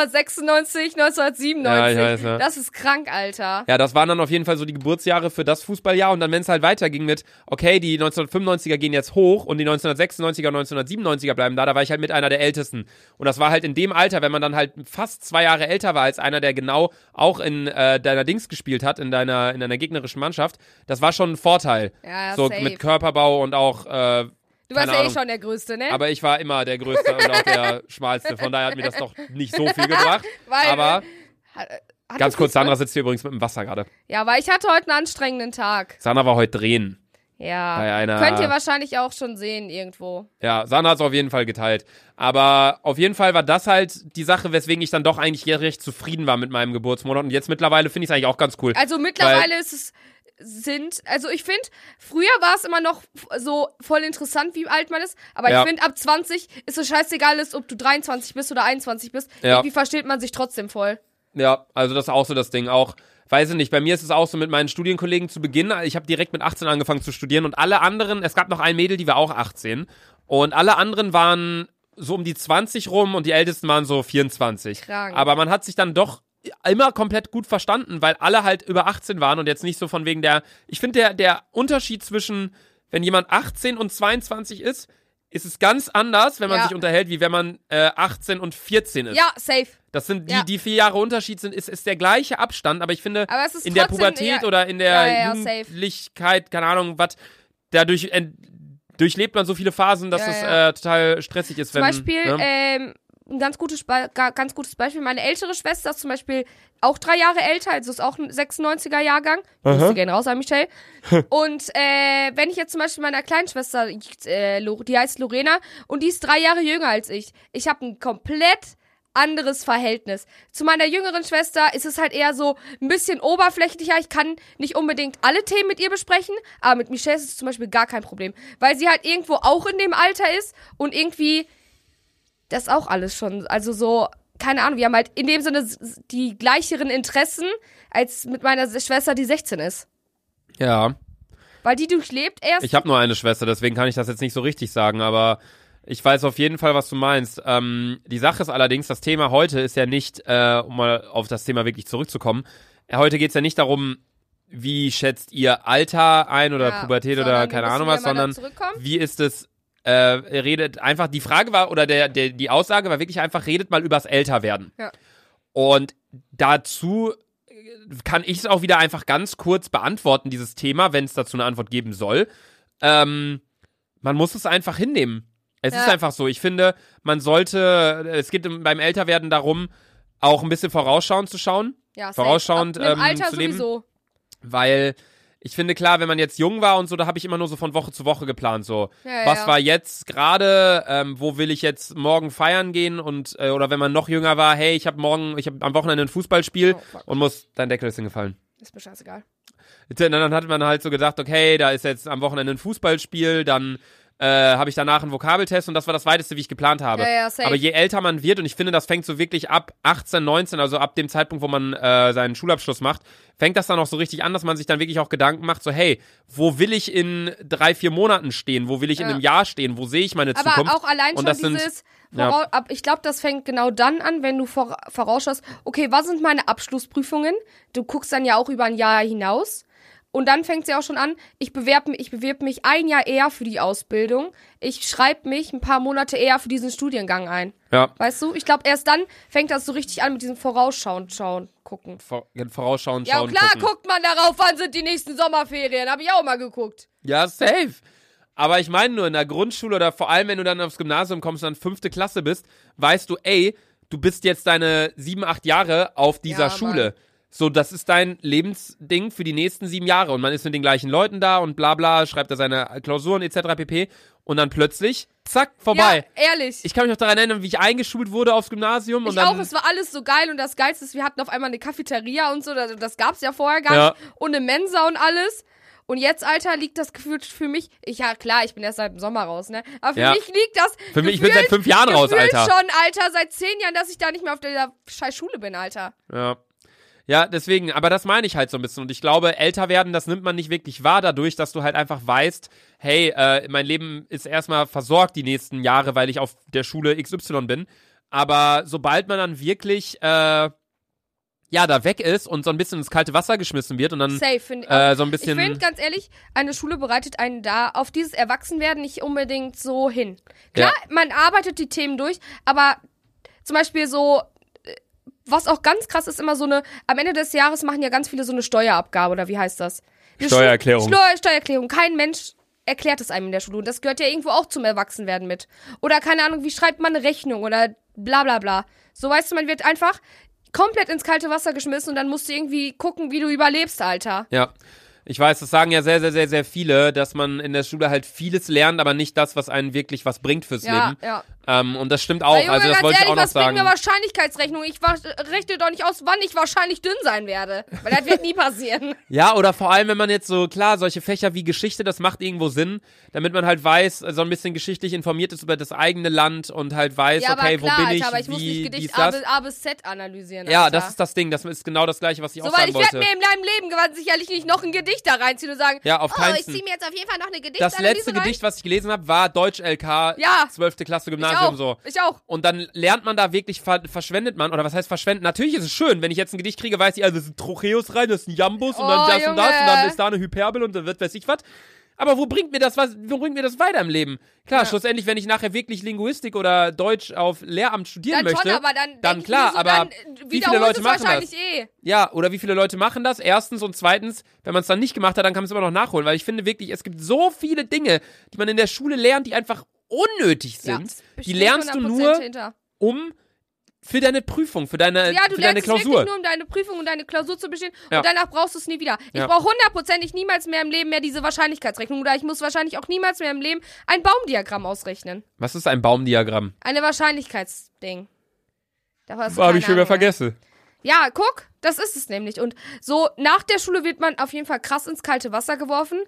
1996, Ja, 1997. ich weiß, ja. Das ist krank, Alter. Ja, das waren dann auf jeden Fall so die Geburtsjahre für das Fußballjahr. Und dann, wenn es halt weiterging mit, okay, die 1995er gehen jetzt hoch und die 1996er und 1997er bleiben da, da war ich halt mit einer der Ältesten. Und das war halt in dem Alter, wenn man dann halt fast zwei Jahre älter war als einer, der genau auch in äh, deiner Dings gespielt hat, in deiner, in deiner gegnerischen Mannschaft, das war schon ein Vorteil. Ja, ja, so safe. mit Körperbau und auch äh, du warst ja keine eh Ahnung. schon der Größte, ne? Aber ich war immer der Größte und auch der Schmalste. Von daher hat mir das doch nicht so viel gebracht. Weil- halt aber Hat- hat ganz du kurz, Fußball- Sandra sitzt hier übrigens mit dem Wasser gerade. Ja, weil ich hatte heute einen anstrengenden Tag. Sandra war heute drehen. Ja. Bei einer- Könnt ihr wahrscheinlich auch schon sehen irgendwo. Ja, Sandra hat es auf jeden Fall geteilt. Aber auf jeden Fall war das halt die Sache, weswegen ich dann doch eigentlich recht zufrieden war mit meinem Geburtsmonat. Und jetzt mittlerweile finde ich es eigentlich auch ganz cool. Also mittlerweile ist es sind, also ich finde, früher war es immer noch f- so voll interessant, wie alt man ist, aber Ja. ich finde, ab 20 ist es scheißegal, ist, ob du 23 bist oder 21 bist, Ja. irgendwie versteht man sich trotzdem voll. Ja, also das ist auch so das Ding. Auch, weiß ich nicht, bei mir ist es auch so mit meinen Studienkollegen zu Beginn. Ich habe direkt mit 18 angefangen zu studieren und alle anderen, es gab noch ein Mädel, die war auch 18. Und alle anderen waren so um die 20 rum und die Ältesten waren so 24. Krank. Aber man hat sich dann doch immer komplett gut verstanden, weil alle halt über 18 waren und jetzt nicht so von wegen der. Ich finde, der, der Unterschied zwischen, wenn jemand 18 und 22 ist, ist es ganz anders, wenn man Ja. sich unterhält, wie wenn man äh, 18 und 14 ist. Ja, safe. Das sind die, Ja. die vier Jahre Unterschied sind, ist, ist der gleiche Abstand, aber ich finde, Aber es ist in der trotzdem, ja, Pubertät oder in der Ja, ja, ja, safe. Jugendlichkeit, keine Ahnung, was, dadurch ent, durchlebt man so viele Phasen, dass Ja, es ja. Äh, total stressig ist, Zum wenn. Beispiel ne? ähm, ein ganz gutes, Be- ga- ganz gutes Beispiel. Meine ältere Schwester ist zum Beispiel auch drei Jahre älter, also ist auch ein 96er-Jahrgang. Grüße gehen raus an Michelle. und äh, wenn ich jetzt zum Beispiel meiner kleinen Schwester, äh, Lo- die heißt Lorena, und die ist drei Jahre jünger als ich. Ich habe ein komplett anderes Verhältnis. Zu meiner jüngeren Schwester ist es halt eher so ein bisschen oberflächlicher. Ich kann nicht unbedingt alle Themen mit ihr besprechen, aber mit Michelle ist es zum Beispiel gar kein Problem, weil sie halt irgendwo auch in dem Alter ist und irgendwie das auch alles schon, also so, keine Ahnung, wir haben halt in dem Sinne s- s- die gleicheren Interessen als mit meiner S- Schwester, die 16 ist. Ja. Weil die durchlebt erst. Ich habe nur eine Schwester, deswegen kann ich das jetzt nicht so richtig sagen, aber ich weiß auf jeden Fall, was du meinst. Ähm, die Sache ist allerdings, das Thema heute ist ja nicht, äh, um mal auf das Thema wirklich zurückzukommen, äh, heute geht's ja nicht darum, wie schätzt ihr Alter ein oder Ja, Pubertät sondern oder wir keine müssen Ahnung ja was, mal da sondern zurückkommen. wie ist es, äh, redet einfach, die Frage war, oder der, der, die Aussage war wirklich einfach, redet mal übers Älterwerden. Ja. Und dazu äh, kann ich es auch wieder einfach ganz kurz beantworten, dieses Thema, wenn es dazu eine Antwort geben soll. Ähm, man muss es einfach hinnehmen. Es Ja. ist einfach so. Ich finde, man sollte, es geht im- beim Älterwerden darum, auch ein bisschen vorausschauend zu schauen, Ja, safe. vorausschauend, Ab einem ähm, Alter zu leben. sowieso. weil ich finde, klar, wenn man jetzt jung war und so, da habe ich immer nur so von Woche zu Woche geplant, so. Ja, ja, Was ja. war jetzt gerade? Ähm, wo will ich jetzt morgen feiern gehen? Und äh, oder wenn man noch jünger war, hey, ich habe morgen, ich habe am Wochenende ein Fußballspiel Oh, fuck. und muss. Dein Deckel ist hingefallen. Ist mir scheißegal. Dann, dann hat man halt so gedacht, okay, da ist jetzt am Wochenende ein Fußballspiel, dann äh, habe ich danach einen Vokabeltest und das war das Weiteste, wie ich geplant habe. Ja, ja, safe. Aber je älter man wird, und ich finde, das fängt so wirklich ab 18, 19, also ab dem Zeitpunkt, wo man äh, seinen Schulabschluss macht, fängt das dann auch so richtig an, dass man sich dann wirklich auch Gedanken macht, so, hey, wo will ich in drei, vier Monaten stehen? Wo will ich in Ja. einem Jahr stehen? Wo sehe ich meine Aber Zukunft? auch allein Und schon das sind- dieses, ja. vorau- ab, ich glaube, das fängt genau dann an, wenn du vor, vorausschaust, okay, was sind meine Abschlussprüfungen? Du guckst dann ja auch über ein Jahr hinaus. Und dann fängt sie ja auch schon an, ich bewerbe mich, ich bewerb mich ein Jahr eher für die Ausbildung. Ich schreibe mich ein paar Monate eher für diesen Studiengang ein. ja. Weißt du? Ich glaube, erst dann fängt das so richtig an mit diesem Vorausschauen, schauen, gucken. Vor- Vorausschauen, Ja, schauen, und klar gucken. guckt man darauf, wann sind die nächsten Sommerferien. Habe ich auch mal geguckt. Ja, safe. Aber ich meine nur, in der Grundschule oder vor allem, wenn du dann aufs Gymnasium kommst und dann fünfte Klasse bist, weißt du, ey, du bist jetzt deine sieben, acht Jahre auf dieser Ja, Schule. So, das ist dein Lebensding für die nächsten sieben Jahre. Und man ist mit den gleichen Leuten da und bla bla, schreibt da seine Klausuren etc. pp. Und dann plötzlich, zack, vorbei. Ja, ehrlich. Ich kann mich noch daran erinnern, wie ich eingeschult wurde aufs Gymnasium. und Ich dann, auch, es war alles so geil und das Geilste ist, wir hatten auf einmal eine Cafeteria und so, das, das gab's ja vorher gar Ja. nicht. Und eine Mensa und alles. Und jetzt, Alter, liegt das Gefühl für mich, ich, ja klar, ich bin erst seit dem Sommer raus, ne? Aber für Ja. mich liegt das. Für mich- ich bin seit fünf Jahren raus, gefühlt Alter. schon, Alter, seit zehn Jahren, dass ich da nicht mehr auf dieser scheiß Schule bin, Alter. Ja. Ja, deswegen, aber das meine ich halt so ein bisschen. Und ich glaube, älter werden, das nimmt man nicht wirklich wahr dadurch, dass du halt einfach weißt, hey, äh, mein Leben ist erstmal versorgt die nächsten Jahre, weil ich auf der Schule XY bin. Aber sobald man dann wirklich, äh, ja, da weg ist und so ein bisschen ins kalte Wasser geschmissen wird und dann Safe, finde ich. äh, so ein ich bisschen. finde, ganz ehrlich, eine Schule bereitet einen da auf dieses Erwachsenwerden nicht unbedingt so hin. Klar, man arbeitet die Themen durch, aber zum Beispiel so, äh, was auch ganz krass ist, immer so eine, am Ende des Jahres machen ja ganz viele so eine Steuerabgabe oder wie heißt das? Eine Schu- Steuererklärung. Steu Steuererklärung. Kein Mensch erklärt es einem in der Schule und das gehört ja irgendwo auch zum Erwachsenwerden mit. Oder keine Ahnung, wie schreibt man eine Rechnung oder bla bla bla. So weißt du, man wird einfach komplett ins kalte Wasser geschmissen und dann musst du irgendwie gucken, wie du überlebst, Alter. Ja. Ich weiß, das sagen ja sehr, sehr, sehr, sehr viele, dass man in der Schule halt vieles lernt, aber nicht das, was einen wirklich was bringt fürs Ja, Leben. ja. Ähm, und das stimmt auch. Weil, Junge, also das ganz wollte ehrlich, ich auch noch was bringt sagen. mir Wahrscheinlichkeitsrechnung? Ich wa- rechne doch nicht aus, wann ich wahrscheinlich dünn sein werde. Weil das wird nie passieren. Ja, oder vor allem, wenn man jetzt so, klar, solche Fächer wie Geschichte, das macht irgendwo Sinn, damit man halt weiß, so ein bisschen geschichtlich informiert ist über das eigene Land und halt weiß, ja, okay, aber klar, wo bin ich, Alter, aber ich wie, muss nicht wie ist Gedicht A, das? bis- A bis Z analysieren. Ja, Alter. das ist das Ding, das ist genau das gleiche, was ich So, auch weil sagen ich werde wollte. mir in meinem Leben gewandt sicherlich nicht noch ein Gedicht da reinziehen und sagen, Ja, auf keinen oh, ich Fall. ziehe mir jetzt auf jeden Fall noch eine Gedichtanalyse Das letzte rein. Gedicht, was ich gelesen habe, war Deutsch-LK, Ja. 12. ich Klasse Gymnasium, auch, so. ich auch. Und dann lernt man da wirklich, ver verschwendet man, oder was heißt verschwenden? Natürlich ist es schön, wenn ich jetzt ein Gedicht kriege, weiß ich, also das ist ein Trocheus rein, das ist ein Jambus und Oh, dann das und das und dann Junge. ist da eine Hyperbel und dann wird weiß ich was. Aber wo bringt mir das was, wo bringt mir das weiter im Leben? Klar, Ja. schlussendlich, wenn ich nachher wirklich Linguistik oder Deutsch auf Lehramt studieren Dann möchte, schon, aber dann, denk ich klar, mir so, aber dann, äh, wie viele wiederholst Leute es machen wahrscheinlich das? eh. Ja, oder wie viele Leute machen das? Erstens und zweitens, wenn man es dann nicht gemacht hat, dann kann man es immer noch nachholen, weil ich finde wirklich, es gibt so viele Dinge, die man in der Schule lernt, die einfach unnötig Ja, sind. bestimmt die lernst du 100% nur, Hinter. um für deine Prüfung, für Ja, du deine, Äh, für deine lernst es wirklich Klausur. nur, um deine Prüfung und deine Klausur zu bestehen. Ja. Und danach brauchst du es nie wieder. Ich Ja. brauche hundertprozentig niemals mehr im Leben mehr diese Wahrscheinlichkeitsrechnung. Oder ich muss wahrscheinlich auch niemals mehr im Leben ein Baumdiagramm ausrechnen. Was ist ein Baumdiagramm? Eine Wahrscheinlichkeitsding. Da hast du Habe keine ich schon wieder Ahnung mehr. vergessen. Ja, guck, das ist es nämlich. Und so nach der Schule wird man auf jeden Fall krass ins kalte Wasser geworfen.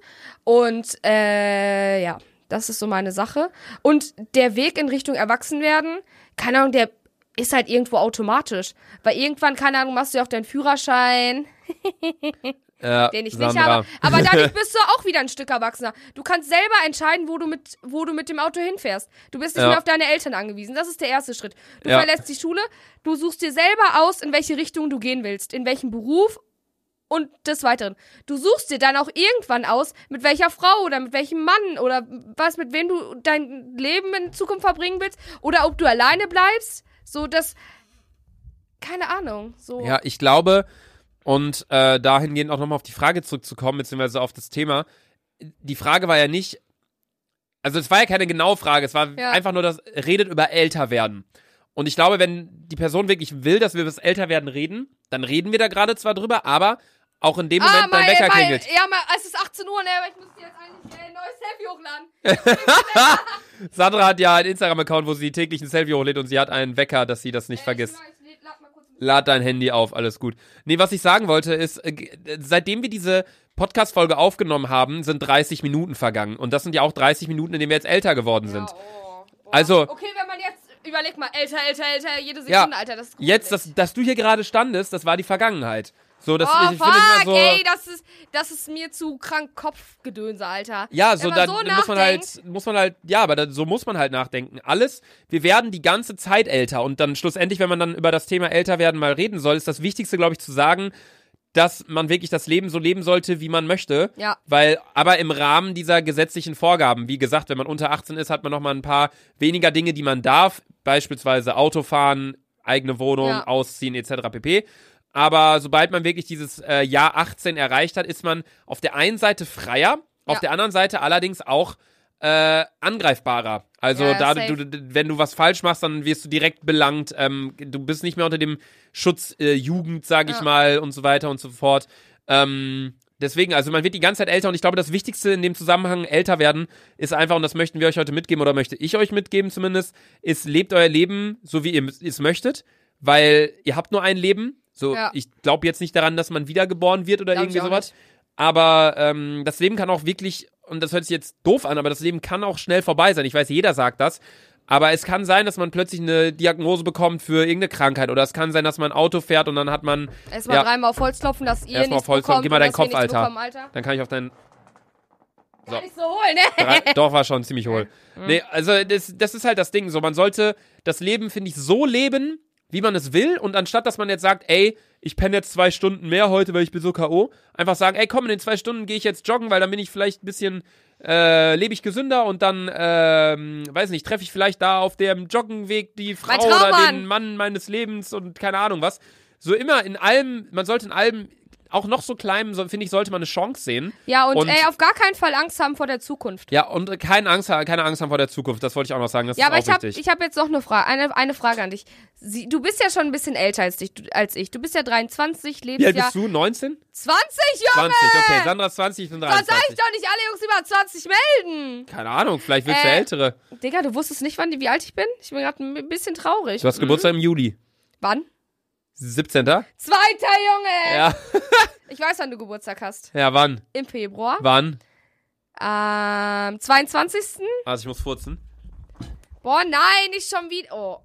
Und äh, ja, das ist so meine Sache. Und der Weg in Richtung Erwachsenwerden, keine Ahnung, der ist halt irgendwo automatisch. Weil irgendwann, keine Ahnung, machst du ja auch deinen Führerschein, Ja, den ich nicht Sandra. habe. Aber dadurch bist du auch wieder ein Stück erwachsener. Du kannst selber entscheiden, wo du mit, wo du mit dem Auto hinfährst. Du bist nicht Ja. mehr auf deine Eltern angewiesen. Das ist der erste Schritt. Du Ja. verlässt die Schule, du suchst dir selber aus, in welche Richtung du gehen willst, in welchen Beruf und des Weiteren. Du suchst dir dann auch irgendwann aus, mit welcher Frau oder mit welchem Mann oder was, mit wem du dein Leben in Zukunft verbringen willst oder ob du alleine bleibst. So, das. Keine Ahnung. So. Ja, ich glaube, und äh, dahingehend auch nochmal auf die Frage zurückzukommen, beziehungsweise auf das Thema. Die Frage war ja nicht, also es war ja keine genaue Frage, es war Ja. einfach nur das, redet über Älterwerden. Und ich glaube, wenn die Person wirklich will, dass wir über das Älterwerden reden, dann reden wir da gerade zwar drüber, aber auch in dem Moment dein mein- Wecker mein- klingelt. Ah, Ja, mein, es ist 18 Uhr, ne, aber ich muss dir jetzt eigentlich äh, ein neues Selfie hochladen. Sandra hat ja einen Instagram-Account, wo sie täglich ein Selfie hochlädt und sie hat einen Wecker, dass sie das nicht vergisst. Äh, ich- ich lad mal kurz- Lad dein Handy auf, alles gut. Nee, was ich sagen wollte ist, äh, g- äh, seitdem wir diese Podcast-Folge aufgenommen haben, sind 30 Minuten vergangen. Und das sind ja auch 30 Minuten, in denen wir jetzt älter geworden sind. Ja, oh, boah. Also- Okay, wenn man jetzt. Überleg mal, älter, älter, älter, jede Ja, Sekunde, Alter, das ist gruselig. Jetzt, dass, dass du hier gerade standest, das war die Vergangenheit. So, das oh, ich, ich fuck, finde immer so. ey, das ist, das ist mir zu krank Kopfgedönse, Alter. ja, so Wenn man dann so muss man nachdenkt- halt, muss man halt, ja, aber dann, so muss man halt nachdenken. Alles, wir werden die ganze Zeit älter und dann schlussendlich, wenn man dann über das Thema älter werden mal reden soll, ist das Wichtigste, glaube ich, zu sagen, dass man wirklich das Leben so leben sollte, wie man möchte. Ja. Weil, aber im Rahmen dieser gesetzlichen Vorgaben, wie gesagt, wenn man unter 18 ist, hat man nochmal ein paar weniger Dinge, die man darf. Beispielsweise Autofahren, eigene Wohnung, Ja. ausziehen, etc. pp. Aber sobald man wirklich dieses äh, Jahr 18 erreicht hat, ist man auf der einen Seite freier, auf Ja. der anderen Seite allerdings auch äh, angreifbarer. Also Ja, da, safe. du, d- wenn du was falsch machst, dann wirst du direkt belangt. Ähm, du bist nicht mehr unter dem Schutz äh, Jugend, sage ich Ja. mal, und so weiter und so fort. Ähm, deswegen, also man wird die ganze Zeit älter und ich glaube, das Wichtigste in dem Zusammenhang älter werden ist einfach, und das möchten wir euch heute mitgeben oder möchte ich euch mitgeben zumindest, ist, lebt euer Leben so, wie ihr m- es möchtet, weil ihr habt nur ein Leben. So, Ja. ich glaube jetzt nicht daran, dass man wiedergeboren wird oder Glaub ich irgendwie auch sowas. Aber ähm, das Leben kann auch wirklich, und das hört sich jetzt doof an, aber das Leben kann auch schnell vorbei sein. Ich weiß, jeder sagt das. Aber es kann sein, dass man plötzlich eine Diagnose bekommt für irgendeine Krankheit. Oder es kann sein, dass man ein Auto fährt und dann hat man. Erstmal Ja. dreimal auf Holz klopfen, dass ihr Erstmal nichts auf Holz bekommt. klopfen. Gib mal und deinen dass wir Kopf, nichts Alter. Bekommen, Alter. Dann kann ich auf deinen. Gar nicht so hohl, ne? Drei- Doch, war schon ziemlich hohl. Mhm. Nee, also das, das ist halt das Ding. So, man sollte das Leben, finde ich, so leben, wie man es will. Und anstatt, dass man jetzt sagt, ey, ich penne jetzt zwei Stunden mehr heute, weil ich bin so K.O., einfach sagen, ey, komm, in den zwei Stunden gehe ich jetzt joggen, weil dann bin ich vielleicht ein bisschen, äh, lebe ich gesünder und dann, ähm, weiß nicht, treffe ich vielleicht da auf dem Joggenweg die Frau Mein oder Traummann. den Mann meines Lebens und keine Ahnung was. So immer in allem, man sollte in allem, auch noch so kleinem, so, finde ich, sollte man eine Chance sehen. Ja, und, Und- ey, auf gar keinen Fall Angst haben vor der Zukunft. Ja, und keine Angst, keine Angst haben vor der Zukunft. Das wollte ich auch noch sagen. Das Ja, ist aber auch ich habe wichtig. ich hab jetzt noch eine Frage, eine, eine Frage an dich. Sie, du bist ja schon ein bisschen älter als, dich, du, als ich. Du bist ja 23, lebst Wie alt ja bist du? 19? 20, ja! 20, okay. Sandra ist 20, ich bin Dann sag 23. ich doch nicht alle Jungs über 20 melden. Keine Ahnung, vielleicht willst du Äh. ältere. Digga, du wusstest nicht, wann, die- wie alt ich bin? Ich bin gerade ein bisschen traurig. Mhm. Du hast Geburtstag im Juli. Wann? 17. Zweiter Junge! Ja. Ich weiß, wann du Geburtstag hast. Ja, wann? Im Februar. Wann? Ähm, 22. Also ich muss furzen. Boah, nein, nicht schon wieder. Oh,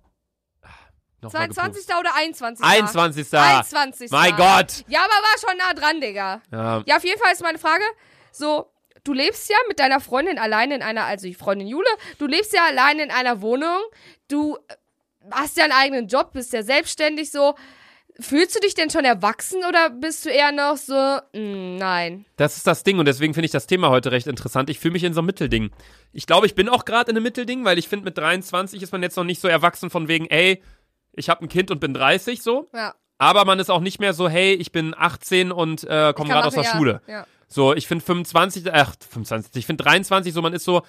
Nochmal 22. oder 21. 21. 21. Mein Gott. Ja, aber war schon nah dran, Digga. Ja. Ja, auf jeden Fall ist meine Frage so, du lebst ja mit deiner Freundin allein in einer, also die Freundin Jule, du lebst ja allein in einer Wohnung, du äh, hast ja einen eigenen Job, bist ja selbstständig so. Fühlst du dich denn schon erwachsen oder bist du eher noch so, mm, nein. Das ist das Ding und deswegen finde ich das Thema heute recht interessant. Ich fühle mich in so einem Mittelding. Ich glaube, ich bin auch gerade in einem Mittelding, weil ich finde, mit 23 ist man jetzt noch nicht so erwachsen von wegen, ey, ich habe ein Kind und bin 30 so. Ja, Aber man ist auch nicht mehr so, hey, ich bin 18 und äh, komme kann gerade aus der machen, ja, Schule. Ja. So, ich finde 25, ach, 25, ich finde 23 so, man ist so,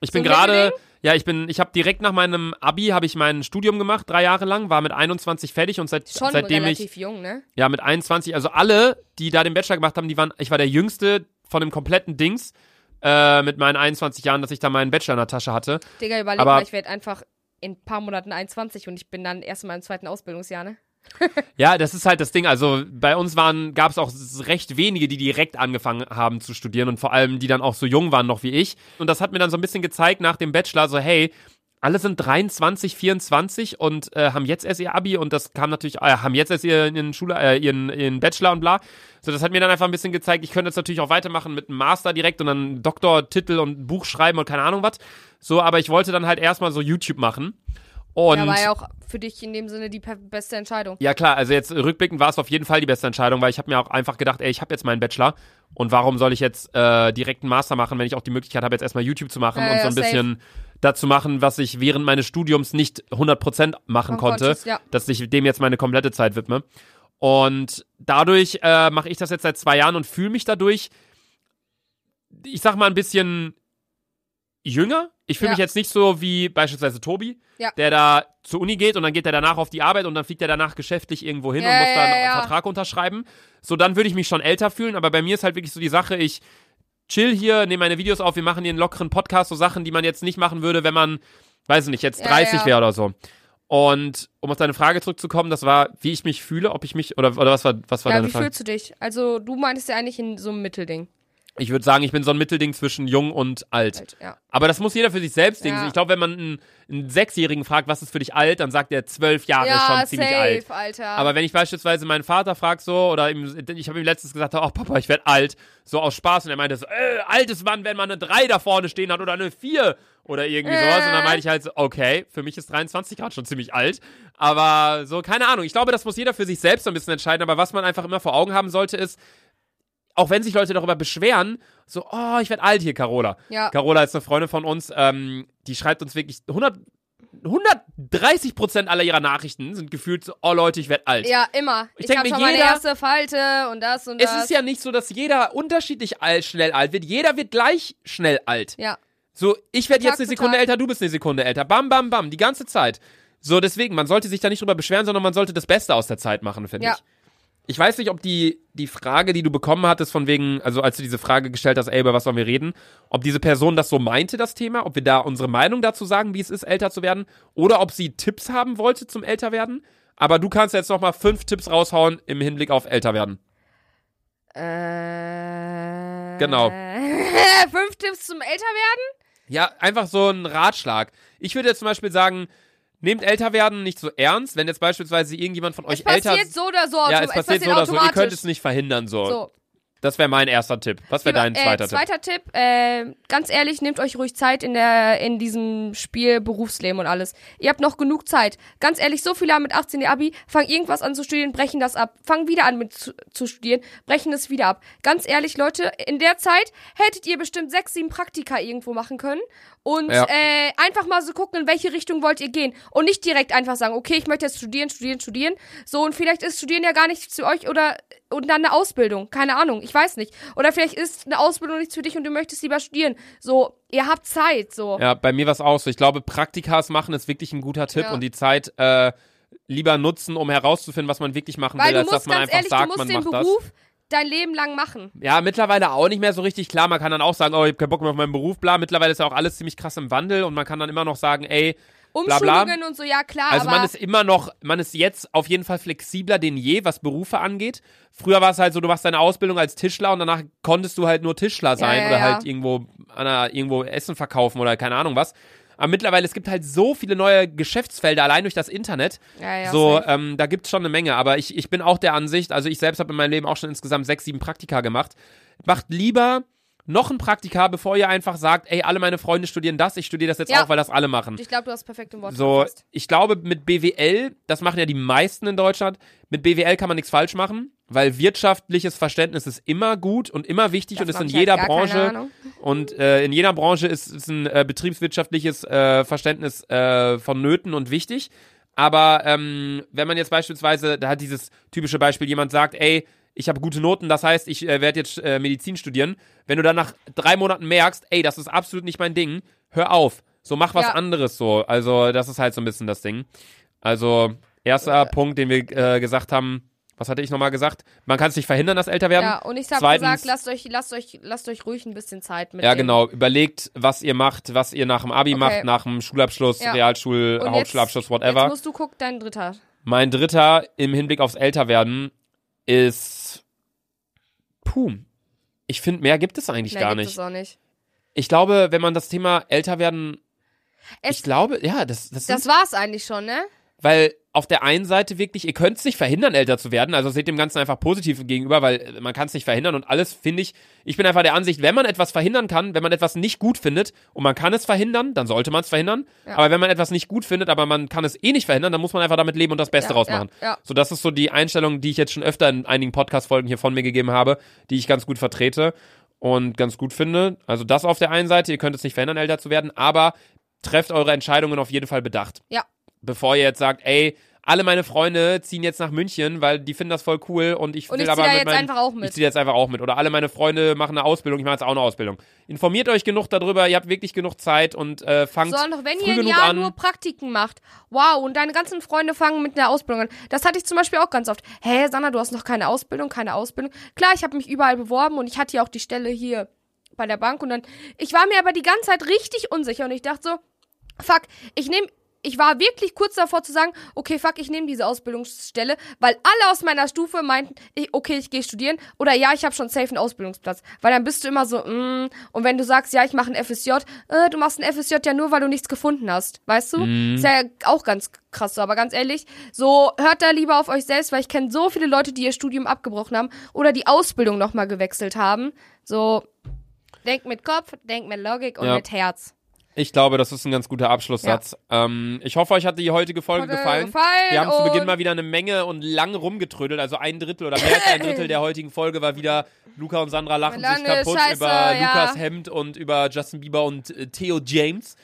ich bin So gerade, Mittelding? Ja, ich bin, ich habe direkt nach meinem Abi habe ich mein Studium gemacht, drei Jahre lang, war mit 21 fertig und seit, Schon seitdem ich relativ jung, ne? ja mit 21, also alle, die da den Bachelor gemacht haben, die waren, ich war der jüngste von dem kompletten Dings äh, mit meinen 21 Jahren, dass ich da meinen Bachelor in der Tasche hatte. Digga, überleg Aber- mal, ich werde einfach in ein paar Monaten 21 und ich bin dann erst mal im zweiten Ausbildungsjahr, ne? Ja, das ist halt das Ding. Also bei uns waren, gab es auch s- recht wenige, die direkt angefangen haben zu studieren und vor allem die dann auch so jung waren noch wie ich. Und das hat mir dann so ein bisschen gezeigt nach dem Bachelor, so hey, alle sind 23, 24 und äh, haben jetzt erst ihr Abi und das kam natürlich, äh, haben jetzt erst ihr- ihren, Schule, äh, ihren, ihren Bachelor und bla. So, das hat mir dann einfach ein bisschen gezeigt, ich könnte jetzt natürlich auch weitermachen mit einem Master direkt und dann Doktortitel und ein Buch schreiben und keine Ahnung was. So, aber ich wollte dann halt erstmal so YouTube machen. Und ja, war ja auch für dich in dem Sinne die per- beste Entscheidung. ja klar, also jetzt rückblickend war es auf jeden Fall die beste Entscheidung, weil ich habe mir auch einfach gedacht, ey, ich habe jetzt meinen Bachelor und warum soll ich jetzt äh, direkt einen Master machen, wenn ich auch die Möglichkeit habe, jetzt erstmal YouTube zu machen Ja, und ja, so ein safe. bisschen dazu machen, was ich während meines Studiums nicht 100% machen Oh Gott, konnte, das- ja. dass ich dem jetzt meine komplette Zeit widme. Und dadurch äh, mache ich das jetzt seit zwei Jahren und fühle mich dadurch, ich sag mal, ein bisschen jünger. Ich fühle Ja. mich jetzt nicht so wie beispielsweise Tobi, Ja. der da zur Uni geht und dann geht er danach auf die Arbeit und dann fliegt er danach geschäftlich irgendwo hin und Ja, muss dann ja, einen ja. Vertrag unterschreiben. So, dann würde ich mich schon älter fühlen, aber bei mir ist halt wirklich so die Sache, ich chill hier, nehme meine Videos auf, wir machen hier einen lockeren Podcast, so Sachen, die man jetzt nicht machen würde, wenn man, weiß ich nicht, jetzt Ja, 30 ja. wäre oder so. Und um auf deine Frage zurückzukommen, das war, wie ich mich fühle, ob ich mich, oder, oder was war, was war Ja, deine wie Frage? fühlst du dich? Also, du meintest ja eigentlich in so einem Mittelding. Ich würde sagen, ich bin so ein Mittelding zwischen jung und alt. Halt, ja. Aber das muss jeder für sich selbst denken. Ja. Ich glaube, wenn man einen, einen Sechsjährigen fragt, was ist für dich alt, dann sagt er zwölf Jahre ja, schon ziemlich safe, alt. Alter. Aber wenn ich beispielsweise meinen Vater frage so, oder ihm, ich habe ihm letztens gesagt, oh Papa, ich werde alt, so aus Spaß. Und er meinte so, äh, altes Mann, wenn man eine 3 da vorne stehen hat oder eine 4 oder irgendwie Äh. sowas. Und dann meinte ich halt so, okay, für mich ist 23 Grad schon ziemlich alt. Aber so, keine Ahnung. Ich glaube, das muss jeder für sich selbst so ein bisschen entscheiden. Aber was man einfach immer vor Augen haben sollte, ist, auch wenn sich Leute darüber beschweren, so, oh, ich werde alt hier, Carola. ja. Carola ist eine Freundin von uns, ähm, die schreibt uns wirklich 100, 130 Prozent aller ihrer Nachrichten sind gefühlt so, oh Leute, ich werde alt. ja, immer. Ich Ich, denk hab mir, schon meine jeder- erste Falte und das und es das. ist ja nicht so, dass jeder unterschiedlich alt, schnell alt wird. Jeder wird gleich schnell alt. ja. So, ich werde Tag jetzt eine für Sekunde Tag. älter, du bist eine Sekunde älter. Bam, bam, bam, die ganze Zeit. So, deswegen, man sollte sich da nicht drüber beschweren, sondern man sollte das Beste aus der Zeit machen, finde Ja. ich. Ich weiß nicht, ob die, die Frage, die du bekommen hattest, von wegen, also als du diese Frage gestellt hast, ey, über was sollen wir reden, ob diese Person das so meinte, das Thema, ob wir da unsere Meinung dazu sagen, wie es ist, älter zu werden, oder ob sie Tipps haben wollte zum Älterwerden. Aber du kannst jetzt nochmal fünf Tipps raushauen im Hinblick auf Älterwerden. Äh, Genau. Fünf Tipps zum Älterwerden? Ja, einfach so ein Ratschlag. Ich würde jetzt zum Beispiel sagen, nehmt Älterwerden nicht so ernst, wenn jetzt beispielsweise irgendjemand von Es euch älter passiert so oder so. ja, autom- es passiert so oder so. Ihr automatisch. könnt es nicht verhindern so. so. Das wäre mein erster Tipp. Was wäre dein Lieber- zweiter äh, zweiter Tipp? äh, ganz ehrlich, nehmt euch ruhig Zeit in der in diesem Spiel Berufsleben und alles. Ihr habt noch genug Zeit. Ganz ehrlich, so viele haben mit 18 ihr Abi, fangen irgendwas an zu studieren, brechen das ab. Fangen wieder an mit zu, zu studieren, brechen es wieder ab. Ganz ehrlich, Leute, in der Zeit hättet ihr bestimmt sechs, sieben Praktika irgendwo machen können und Ja. äh, einfach mal so gucken, in welche Richtung wollt ihr gehen und nicht direkt einfach sagen, okay, ich möchte jetzt studieren, studieren, studieren. So und vielleicht ist studieren ja gar nichts für euch oder und dann eine Ausbildung, keine Ahnung, ich weiß nicht. Oder vielleicht ist eine Ausbildung nichts für dich und du möchtest lieber studieren. So, ihr habt Zeit, so. Tipp? Ja, bei mir war es auch so. Ich glaube, Praktikas machen ist wirklich ein guter Tipp Ja. und die Zeit äh, lieber nutzen, um herauszufinden, was man wirklich machen Weil will, du als musst dass man ganz einfach ehrlich, du sagt, man musst den macht das. Beruf dein Leben lang machen. Ja, mittlerweile auch nicht mehr so richtig klar. Man kann dann auch sagen, oh, ich hab keinen Bock mehr auf meinen Beruf, bla. Mittlerweile ist ja auch alles ziemlich krass im Wandel und man kann dann immer noch sagen, ey, bla, Umschulungen bla. und so, ja klar, Also aber man ist immer noch, man ist jetzt auf jeden Fall flexibler denn je, was Berufe angeht. Früher war es halt so, du machst deine Ausbildung als Tischler und danach konntest du halt nur Tischler sein ja, oder ja. halt irgendwo, an einer, irgendwo Essen verkaufen oder keine Ahnung was. Aber mittlerweile, es gibt halt so viele neue Geschäftsfelder, allein durch das Internet. Ja, ja, so, safe. ähm, da gibt's schon eine Menge. Aber ich, ich bin auch der Ansicht, also ich selbst habe in meinem Leben auch schon insgesamt sechs, sieben Praktika gemacht. Macht lieber noch ein Praktika, bevor ihr einfach sagt, ey, alle meine Freunde studieren das, ich studiere das jetzt Ja. auch, weil das alle machen. ich glaube, du hast perfekt im Wort So, gefasst. ich glaube, mit BWL, das machen ja die meisten in Deutschland, mit BWL kann man nichts falsch machen, weil wirtschaftliches Verständnis ist immer gut und immer wichtig Davon und ist hab in ich halt jeder gar keine Branche. Ahnung. Und äh, in jeder Branche ist, ist ein äh, betriebswirtschaftliches äh, Verständnis äh, vonnöten und wichtig. Aber ähm, wenn man jetzt beispielsweise, da hat dieses typische Beispiel, jemand sagt, ey, ich habe gute Noten, das heißt, ich äh, werde jetzt äh, Medizin studieren. Wenn du dann nach drei Monaten merkst, ey, das ist absolut nicht mein Ding, hör auf. So, mach was Ja. anderes so. Also, das ist halt so ein bisschen das Ding. Also, erster Punkt, den wir äh, gesagt haben, was hatte ich nochmal gesagt? Man kann es nicht verhindern, dass älter werden. Ja, und ich habe Zweitens- gesagt, lasst euch, lasst, euch, lasst euch ruhig ein bisschen Zeit mit Ja, dem. genau. Überlegt, was ihr macht, was ihr nach dem Abi Okay. macht, nach dem Schulabschluss, Ja. Realschul, Und jetzt- Hauptschulabschluss, Jetzt whatever. musst du gucken, dein Dritter. Mein dritter im Hinblick aufs Älterwerden ist. Puh. Ich finde, mehr gibt es eigentlich Mehr gar gibt nicht. Hm? Es auch nicht. Ich glaube, wenn man das Thema Älterwerden. Es- ich glaube, ja, das, das, Das sind, war's eigentlich schon, ne? weil auf der einen Seite wirklich, ihr könnt es nicht verhindern, älter zu werden. Also seht dem Ganzen einfach positiv gegenüber, weil äh, man kann es nicht verhindern und alles finde ich. Ich bin einfach der Ansicht, wenn man etwas verhindern kann, wenn man etwas nicht gut findet und man kann es verhindern, dann sollte man es verhindern. Ja. Aber wenn man etwas nicht gut findet, aber man kann es eh nicht verhindern, dann muss man einfach damit leben und das Beste Ja, draus ja, machen. ja. So, das ist so die Einstellung, die ich jetzt schon öfter in einigen Podcast-Folgen hier von mir gegeben habe, die ich ganz gut vertrete und ganz gut finde. Also das auf der einen Seite, ihr könnt es nicht verhindern, älter zu werden, aber trefft eure Entscheidungen auf jeden Fall bedacht. Ja. Bevor ihr jetzt sagt, ey, alle meine Freunde ziehen jetzt nach München, weil die finden das voll cool und ich Und will ich zieh aber da mit jetzt meinen, einfach auch ich mit. ziehe jetzt einfach auch mit. Oder alle meine Freunde machen eine Ausbildung, ich mache jetzt auch eine Ausbildung. Informiert euch genug darüber, ihr habt wirklich genug Zeit und äh, fangt Sondern wenn früh ihr ein genug Jahr an. nur Praktiken macht, wow, und deine ganzen Freunde fangen mit einer Ausbildung an. Das hatte ich zum Beispiel auch ganz oft. Hä, Sanna, du hast noch keine Ausbildung, keine Ausbildung. Klar, ich habe mich überall beworben und ich hatte ja auch die Stelle hier bei der Bank und dann. Ich war mir aber die ganze Zeit richtig unsicher und ich dachte so, fuck, ich nehme. Ich war wirklich kurz davor zu sagen, okay, fuck, ich nehme diese Ausbildungsstelle, weil alle aus meiner Stufe meinten, ich, okay, ich gehe studieren oder ja, ich habe schon safe einen Ausbildungsplatz. Weil dann bist du immer so, mm, und wenn du sagst, ja, ich mache ein FSJ, äh, du machst ein FSJ ja nur, weil du nichts gefunden hast, weißt du? Ist ja auch ganz krass so, aber ganz ehrlich, so hört da lieber auf euch selbst, weil ich kenne so viele Leute, die ihr Studium abgebrochen haben oder die Ausbildung nochmal gewechselt haben. So, denkt mit Kopf, denkt mit Logik und Ja. mit Herz. Ich glaube, das ist ein ganz guter Abschlusssatz. Ähm, ich hoffe, euch hat die heutige Folge Hat, äh, gefallen. gefallen Wir haben zu Beginn und- mal wieder eine Menge und lange rumgetrödelt. Also ein Drittel oder mehr als ein Drittel der heutigen Folge war wieder Luca und Sandra lachen sich Lange kaputt Scheiße, über ja. Lukas Hemd und über Justin Bieber und äh, Theo James.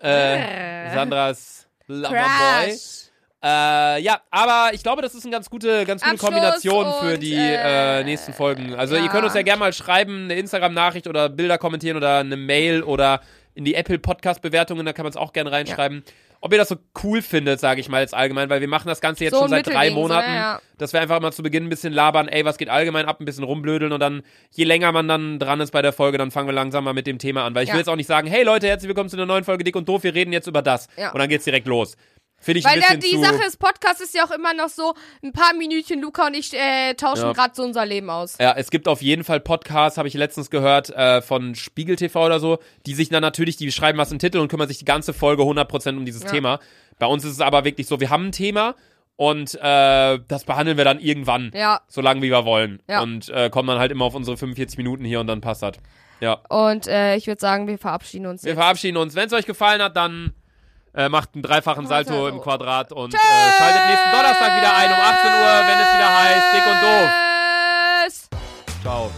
Äh, Sandras Loverboy. Crash. Äh, ja, aber ich glaube, das ist eine ganz gute, ganz gute Abschluss Kombination für und, die äh, äh, nächsten Folgen. Also ja. ihr könnt uns ja gerne mal schreiben, eine Instagram-Nachricht oder Bilder kommentieren oder eine Mail oder in die Apple Podcast-Bewertungen, da kann man es auch gerne reinschreiben. Ob ihr das so cool findet, sage ich mal jetzt allgemein, weil wir machen das Ganze jetzt So schon ein seit drei Mittelding, so, Monaten, ja. dass wir einfach mal zu Beginn ein bisschen labern, ey, was geht allgemein ab, ein bisschen rumblödeln und dann, je länger man dann dran ist bei der Folge, dann fangen wir langsam mal mit dem Thema an. Weil ich Ja. will jetzt auch nicht sagen, hey Leute, herzlich willkommen zu einer neuen Folge Dick und Doof, wir reden jetzt über das. Ja. Und dann geht's direkt los. Finde ich ein Weil da, bisschen die zu Sache des Podcasts ist ja auch immer noch so, ein paar Minütchen, Luca und ich äh, tauschen Ja. gerade so unser Leben aus. Ja, es gibt auf jeden Fall Podcasts, habe ich letztens gehört, äh, von Spiegel TV oder so, die sich dann natürlich, die schreiben was im Titel und kümmern sich die ganze Folge 100% um dieses Ja. Thema. Bei uns ist es aber wirklich so, wir haben ein Thema und äh, das behandeln wir dann irgendwann, Ja. solange wie wir wollen. Ja. Und äh, kommen dann halt immer auf unsere 45 Minuten hier und dann passt das. Ja. Und äh, ich würde sagen, wir verabschieden uns Wir jetzt. verabschieden uns. Wenn es euch gefallen hat, dann äh, macht einen dreifachen Salto. Salto im Quadrat und äh, schaltet nächsten um Donnerstag wieder ein um 18 Uhr, wenn es wieder heißt, dick und doof. Tschüss. Ciao.